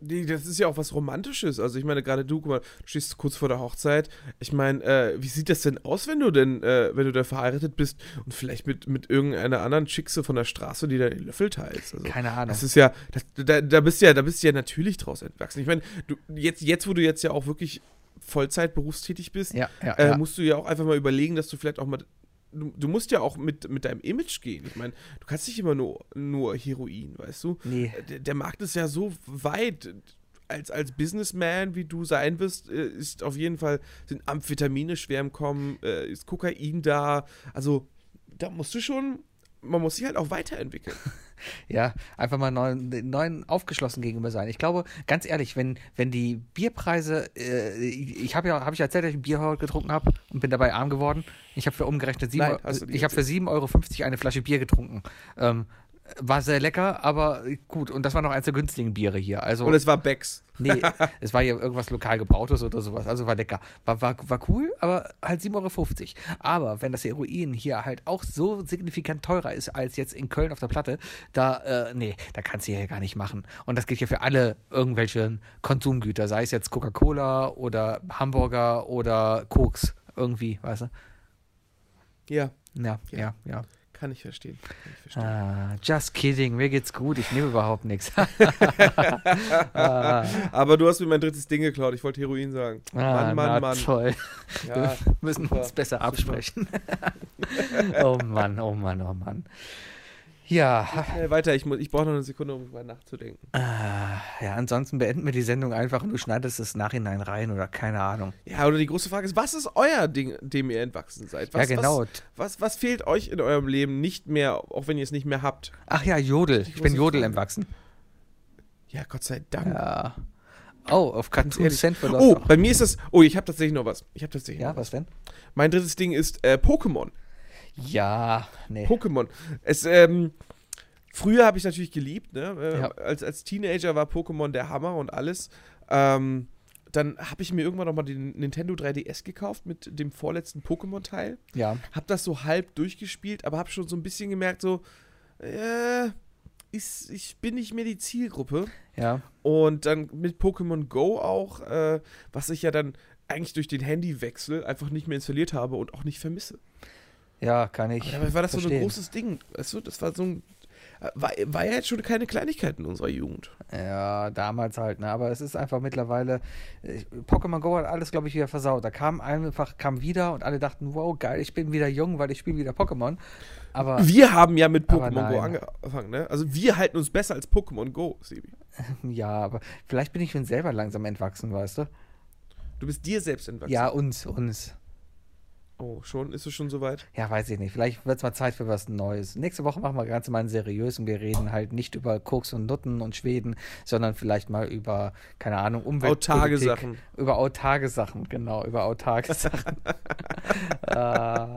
Speaker 3: Nee, das ist ja auch was Romantisches. Also ich meine, gerade du, guck mal, du stehst kurz vor der Hochzeit. Ich meine, äh, wie sieht das denn aus, wenn du denn, äh, wenn du da verheiratet bist und vielleicht mit, mit irgendeiner anderen Schickse von der Straße, die da den Löffel teilst? Also,
Speaker 4: Keine Ahnung.
Speaker 3: Das ist ja, das, da, da bist du ja, da bist du ja natürlich draus entwachsen. Ich meine, du, jetzt, jetzt, wo du jetzt ja auch wirklich Vollzeit berufstätig bist,
Speaker 4: Ja, ja,
Speaker 3: äh,
Speaker 4: ja.
Speaker 3: musst du ja auch einfach mal überlegen, dass du vielleicht auch mal. Du, du musst ja auch mit, mit deinem Image gehen. Ich meine, du kannst nicht immer nur, nur Heroin, weißt du?
Speaker 4: Nee.
Speaker 3: D- Der Markt ist ja so weit. Als, als Businessman, wie du sein wirst, äh, ist auf jeden Fall, sind Amphetamine schwer im Kommen, äh, ist Kokain da. Also, da musst du schon, man muss sich halt auch weiterentwickeln.
Speaker 4: Ja, einfach mal neu, neu aufgeschlossen gegenüber sein. Ich glaube, ganz ehrlich, wenn, wenn die Bierpreise, äh, ich habe ja, habe ich erzählt, dass ich ein Bier heute getrunken habe und bin dabei arm geworden. Ich habe für umgerechnet sieben
Speaker 3: Nein,
Speaker 4: Euro-
Speaker 3: hast du nicht
Speaker 4: ich habe für 7,50 Euro eine Flasche Bier getrunken. Ähm, war sehr lecker, aber gut. Und das war noch eins der günstigen Biere hier. Also
Speaker 3: Und es war Becks.
Speaker 4: Nee, es war ja irgendwas lokal gebrautes oder sowas. Also war lecker. War, war, war cool, aber halt 7,50 Euro. Aber wenn das Heroin hier halt auch so signifikant teurer ist als jetzt in Köln auf der Platte, da, äh, nee, da kannst du hier gar nicht machen. Und das gilt ja für alle irgendwelche Konsumgüter, sei es jetzt Coca-Cola oder Hamburger oder Koks. Irgendwie, weißt du?
Speaker 3: Ja,
Speaker 4: Ja,
Speaker 3: Ja.
Speaker 4: ja, ja.
Speaker 3: kann ich verstehen. Kann ich verstehen.
Speaker 4: Ah, just kidding, mir geht's gut, ich nehme überhaupt nichts.
Speaker 3: Aber du hast mir mein drittes Ding geklaut. Ich wollte Heroin sagen.
Speaker 4: Ah,
Speaker 3: Mann, Mann,
Speaker 4: na
Speaker 3: Mann.
Speaker 4: toll.
Speaker 3: Ja,
Speaker 4: Wir müssen
Speaker 3: super,
Speaker 4: uns besser absprechen. [laughs] oh Mann, oh Mann, oh Mann. Ja,
Speaker 3: schnell weiter. Ich, muss- ich brauche noch eine Sekunde, um drüber nachzudenken.
Speaker 4: ja, ansonsten beenden wir die Sendung einfach und du schneidest es nachhinein rein oder keine Ahnung.
Speaker 3: Ja, oder die große Frage ist, was ist euer Ding, dem ihr entwachsen seid? Was,
Speaker 4: ja, genau.
Speaker 3: Was, was, was fehlt euch in eurem Leben nicht mehr, auch wenn ihr es nicht mehr habt?
Speaker 4: Ach ja, Jodel. Ich bin
Speaker 3: große
Speaker 4: Jodel
Speaker 3: Frage.
Speaker 4: entwachsen.
Speaker 3: Ja, Gott sei Dank.
Speaker 4: Ja. Oh, auf Cartoon
Speaker 3: ehrlich.
Speaker 4: Cent verläuft
Speaker 3: Oh,
Speaker 4: auch.
Speaker 3: bei mir ist das. Oh, ich habe tatsächlich noch was. Ich habe tatsächlich
Speaker 4: Ja,
Speaker 3: noch was.
Speaker 4: was denn?
Speaker 3: Mein drittes Ding ist äh, Pokémon.
Speaker 4: Ja, nee.
Speaker 3: Pokémon. Es, ähm, früher habe ich natürlich geliebt, ne? Äh,
Speaker 4: Ja.
Speaker 3: als, als Teenager war Pokémon der Hammer und alles. Ähm, dann habe ich mir irgendwann nochmal den Nintendo 3DS gekauft mit dem vorletzten Pokémon-Teil.
Speaker 4: Ja.
Speaker 3: Hab das so halb durchgespielt, aber hab schon so ein bisschen gemerkt, so, äh, ist, ich bin nicht mehr die Zielgruppe.
Speaker 4: Ja.
Speaker 3: Und dann mit Pokémon Go auch, äh, was ich ja dann eigentlich durch den Handywechsel einfach nicht mehr installiert habe und auch nicht vermisse.
Speaker 4: Ja, kann ich.
Speaker 3: Dabei war das so
Speaker 4: verstehen.
Speaker 3: ein großes Ding. Weißt du, das war so ein. war, war ja jetzt schon keine Kleinigkeit in unserer Jugend.
Speaker 4: Ja, damals halt, ne? Aber es ist einfach mittlerweile. äh, Pokémon Go hat alles, glaube ich, wieder versaut. Da kam einfach, kam wieder und alle dachten, wow, geil, ich bin wieder jung, weil ich spiele wieder Pokémon. Aber
Speaker 3: Wir haben ja mit
Speaker 4: Ah. Aber
Speaker 3: Pokémon Go
Speaker 4: nein.
Speaker 3: angefangen, ne? Also wir halten uns besser als Pokémon Go, Sebi.
Speaker 4: ja, aber vielleicht bin ich uns selber langsam entwachsen, weißt du?
Speaker 3: Du bist dir selbst entwachsen.
Speaker 4: Ja, uns, uns.
Speaker 3: Oh, schon? Ist es schon soweit?
Speaker 4: Ja, weiß ich nicht. Vielleicht wird es mal Zeit für was Neues. Nächste Woche machen wir ganz mal seriös und wir reden halt nicht über Koks und Nutten und Schweden, sondern vielleicht mal über, keine Ahnung, Umwelt.
Speaker 3: Autarke Sachen.
Speaker 4: Über autarke Sachen, genau, über autarke
Speaker 3: [laughs]
Speaker 4: Sachen. äh,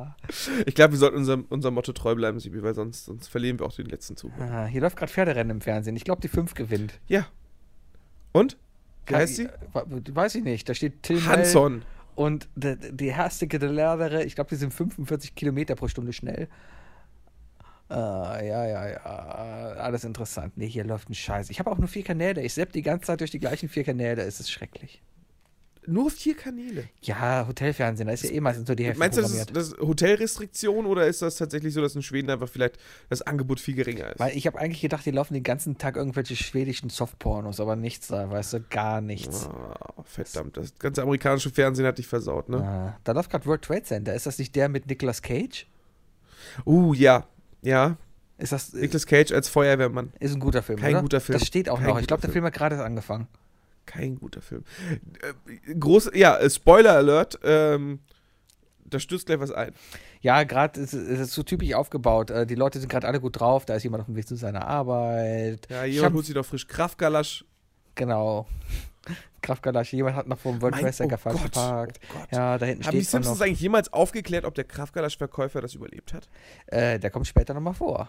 Speaker 3: Ich glaube, wir sollten unserem, unserem Motto treu bleiben, Sebi, weil sonst, sonst verlieren wir auch den letzten Zug.
Speaker 4: ah, hier läuft gerade Pferderennen im Fernsehen. Ich glaube, die 5 gewinnt.
Speaker 3: Ja. Und? Wie heißt sie?
Speaker 4: Äh, Weiß ich nicht. Da steht Till Hanson.
Speaker 3: Hanson.
Speaker 4: Und die, die erste Gelehrerin, ich glaube, die sind 45 Kilometer pro Stunde schnell. Äh, ja, ja, ja. Alles interessant. Nee, hier läuft ein Scheiß. Ich habe auch nur vier Kanäle. Ich sepp die ganze Zeit durch die gleichen vier Kanäle. Es ist schrecklich.
Speaker 3: Nur vier Kanäle.
Speaker 4: Ja, Hotelfernsehen, da ist ja eh meistens nur die Hälfte
Speaker 3: Meinst du, das
Speaker 4: programmiert.
Speaker 3: ist das ist Hotelrestriktion oder ist das tatsächlich so, dass in Schweden einfach vielleicht das Angebot viel geringer ist?
Speaker 4: Weil ich habe eigentlich gedacht, die laufen den ganzen Tag irgendwelche schwedischen Softpornos, aber nichts da, weißt du, gar nichts.
Speaker 3: Ah, verdammt, das ganze amerikanische Fernsehen hat dich versaut, ne?
Speaker 4: Ah, da läuft gerade World Trade Center. Ist das nicht der mit Nicolas Cage?
Speaker 3: Uh, ja. Ja,
Speaker 4: Ist das ist
Speaker 3: Nicolas Cage als Feuerwehrmann.
Speaker 4: ein guter Film?
Speaker 3: Kein
Speaker 4: oder?
Speaker 3: guter Film.
Speaker 4: Das steht auch
Speaker 3: Kein
Speaker 4: noch. Ich
Speaker 3: guter
Speaker 4: glaube, der
Speaker 3: Film.
Speaker 4: Film hat gerade erst angefangen.
Speaker 3: Kein guter Film. Äh, groß, ja, äh, Spoiler Alert. Ähm, da stößt gleich was ein.
Speaker 4: Ja, gerade ist es ist so typisch aufgebaut. Äh, Die Leute sind gerade alle gut drauf, da ist jemand auf dem Weg zu seiner Arbeit.
Speaker 3: Ja,
Speaker 4: Ich
Speaker 3: jemand
Speaker 4: hab-
Speaker 3: holt sich doch frisch Kraftgalasch.
Speaker 4: Genau. [laughs] Kraftgalasche, jemand hat noch vom World Trade Center falsch geparkt.
Speaker 3: oh Gott.
Speaker 4: Ja, da hinten
Speaker 3: Haben die
Speaker 4: steht noch.
Speaker 3: Simpsons eigentlich jemals aufgeklärt, ob der Kraftgalasch-Verkäufer das überlebt hat?
Speaker 4: Äh, der kommt später nochmal vor.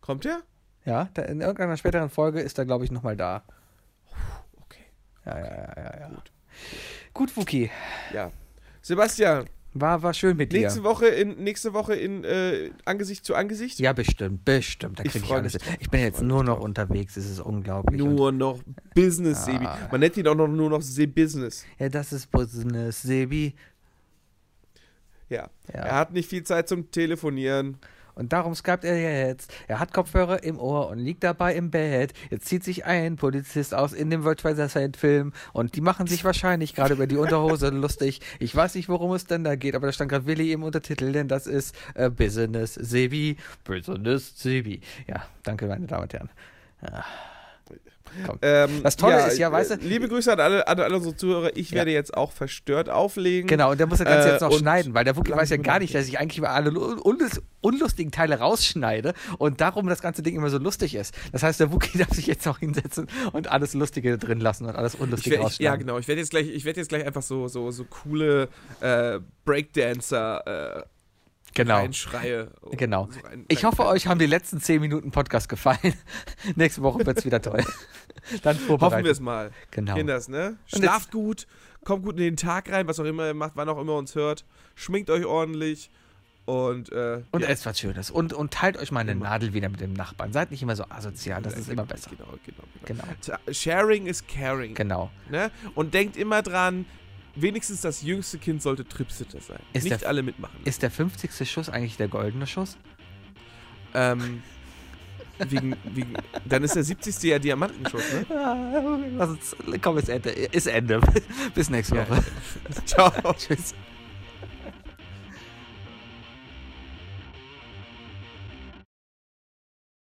Speaker 3: Kommt der?
Speaker 4: Ja, da, in irgendeiner späteren Folge ist er, glaube ich, nochmal da.
Speaker 3: Okay.
Speaker 4: Ja, ja, ja, ja, ja. Gut,
Speaker 3: Gut.
Speaker 4: gut Wookie.
Speaker 3: Ja. Sebastian,
Speaker 4: War, war schön mit
Speaker 3: nächste
Speaker 4: dir.
Speaker 3: Woche in, nächste Woche in äh, Angesicht zu Angesicht.
Speaker 4: Ja, bestimmt, bestimmt. Da
Speaker 3: Ich
Speaker 4: kriege ich
Speaker 3: freu
Speaker 4: alles.
Speaker 3: mich drauf,
Speaker 4: Ich bin
Speaker 3: ich
Speaker 4: jetzt
Speaker 3: freu
Speaker 4: nur
Speaker 3: mich
Speaker 4: noch
Speaker 3: drauf.
Speaker 4: unterwegs, es ist unglaublich. Und-
Speaker 3: Nur noch Business, Sebi. Man nennt ihn auch noch nur noch Se-Business.
Speaker 4: ja, das ist Business, Sebi.
Speaker 3: Ja.
Speaker 4: Ja.
Speaker 3: Er hat nicht viel Zeit zum Telefonieren.
Speaker 4: Und darum skypt er jetzt. Er hat Kopfhörer im Ohr und liegt dabei im Bett. Jetzt zieht sich ein Polizist aus in dem World Trade Center Film und die machen sich wahrscheinlich gerade über die
Speaker 3: [laughs]
Speaker 4: Unterhose lustig. Ich weiß nicht, worum es denn da geht, aber da stand gerade Willi im Untertitel, denn das ist äh, Business Sebi. Business Sebi. Ja, danke, meine Damen und Herren.
Speaker 3: Ähm,
Speaker 4: Das Tolle ist ja, weißt du-
Speaker 3: äh, Liebe Grüße an alle, an alle unsere Zuhörer. Ich
Speaker 4: Ja.
Speaker 3: werde jetzt auch verstört auflegen.
Speaker 4: Genau, und der muss das Ganze
Speaker 3: Äh,
Speaker 4: jetzt noch
Speaker 3: und
Speaker 4: schneiden, weil der Wookie weiß ja
Speaker 3: langsam
Speaker 4: gar nicht, dass ich eigentlich über alle lu- unlus- unlustigen Teile rausschneide und darum das ganze Ding immer so lustig ist. Das heißt, der Wookie [laughs] darf sich jetzt noch hinsetzen und alles Lustige drin lassen und alles
Speaker 3: Ich
Speaker 4: Unlustige
Speaker 3: werd, ich, ja,
Speaker 4: rausschneiden.
Speaker 3: genau. Ich werde jetzt, gleich- ich werd jetzt gleich einfach so, so, so coole äh, Breakdancer äh,
Speaker 4: genau.
Speaker 3: reinschreie. und
Speaker 4: Genau.
Speaker 3: so rein-
Speaker 4: Ich hoffe, euch haben die letzten 10 Minuten Podcast gefallen. [laughs] Nächste Woche wird es wieder
Speaker 3: [laughs]
Speaker 4: toll. Dann
Speaker 3: Hoffen wir
Speaker 4: vorbereitet.
Speaker 3: es mal.
Speaker 4: Genau.
Speaker 3: Kinders, ne?
Speaker 4: Und
Speaker 3: Schlaft gut, kommt gut in den Tag rein, was auch immer ihr macht, wann auch immer ihr uns hört. Schminkt euch ordentlich und, äh,
Speaker 4: Und
Speaker 3: ja,
Speaker 4: esst was Schönes. Und, und teilt euch mal eine
Speaker 3: Immer.
Speaker 4: Nadel wieder mit dem Nachbarn. Seid nicht immer so asozial, das ist immer besser.
Speaker 3: Genau, genau, genau.
Speaker 4: Genau.
Speaker 3: Ta- Sharing is caring.
Speaker 4: Genau.
Speaker 3: Ne? Und denkt immer dran, wenigstens das jüngste Kind sollte Tripsitter sein.
Speaker 4: Ist
Speaker 3: Nicht
Speaker 4: der-
Speaker 3: alle mitmachen.
Speaker 4: Ist der 50. Schuss eigentlich der goldene Schuss?
Speaker 3: ähm, wegen, wegen, dann ist der 70. ja Diamantenschuss, ne?
Speaker 4: Ah, Lass uns, komm, ist Ende. Ist Ende. Bis nächste
Speaker 3: Ja.
Speaker 4: Woche.
Speaker 3: Ciao.
Speaker 4: Tschüss.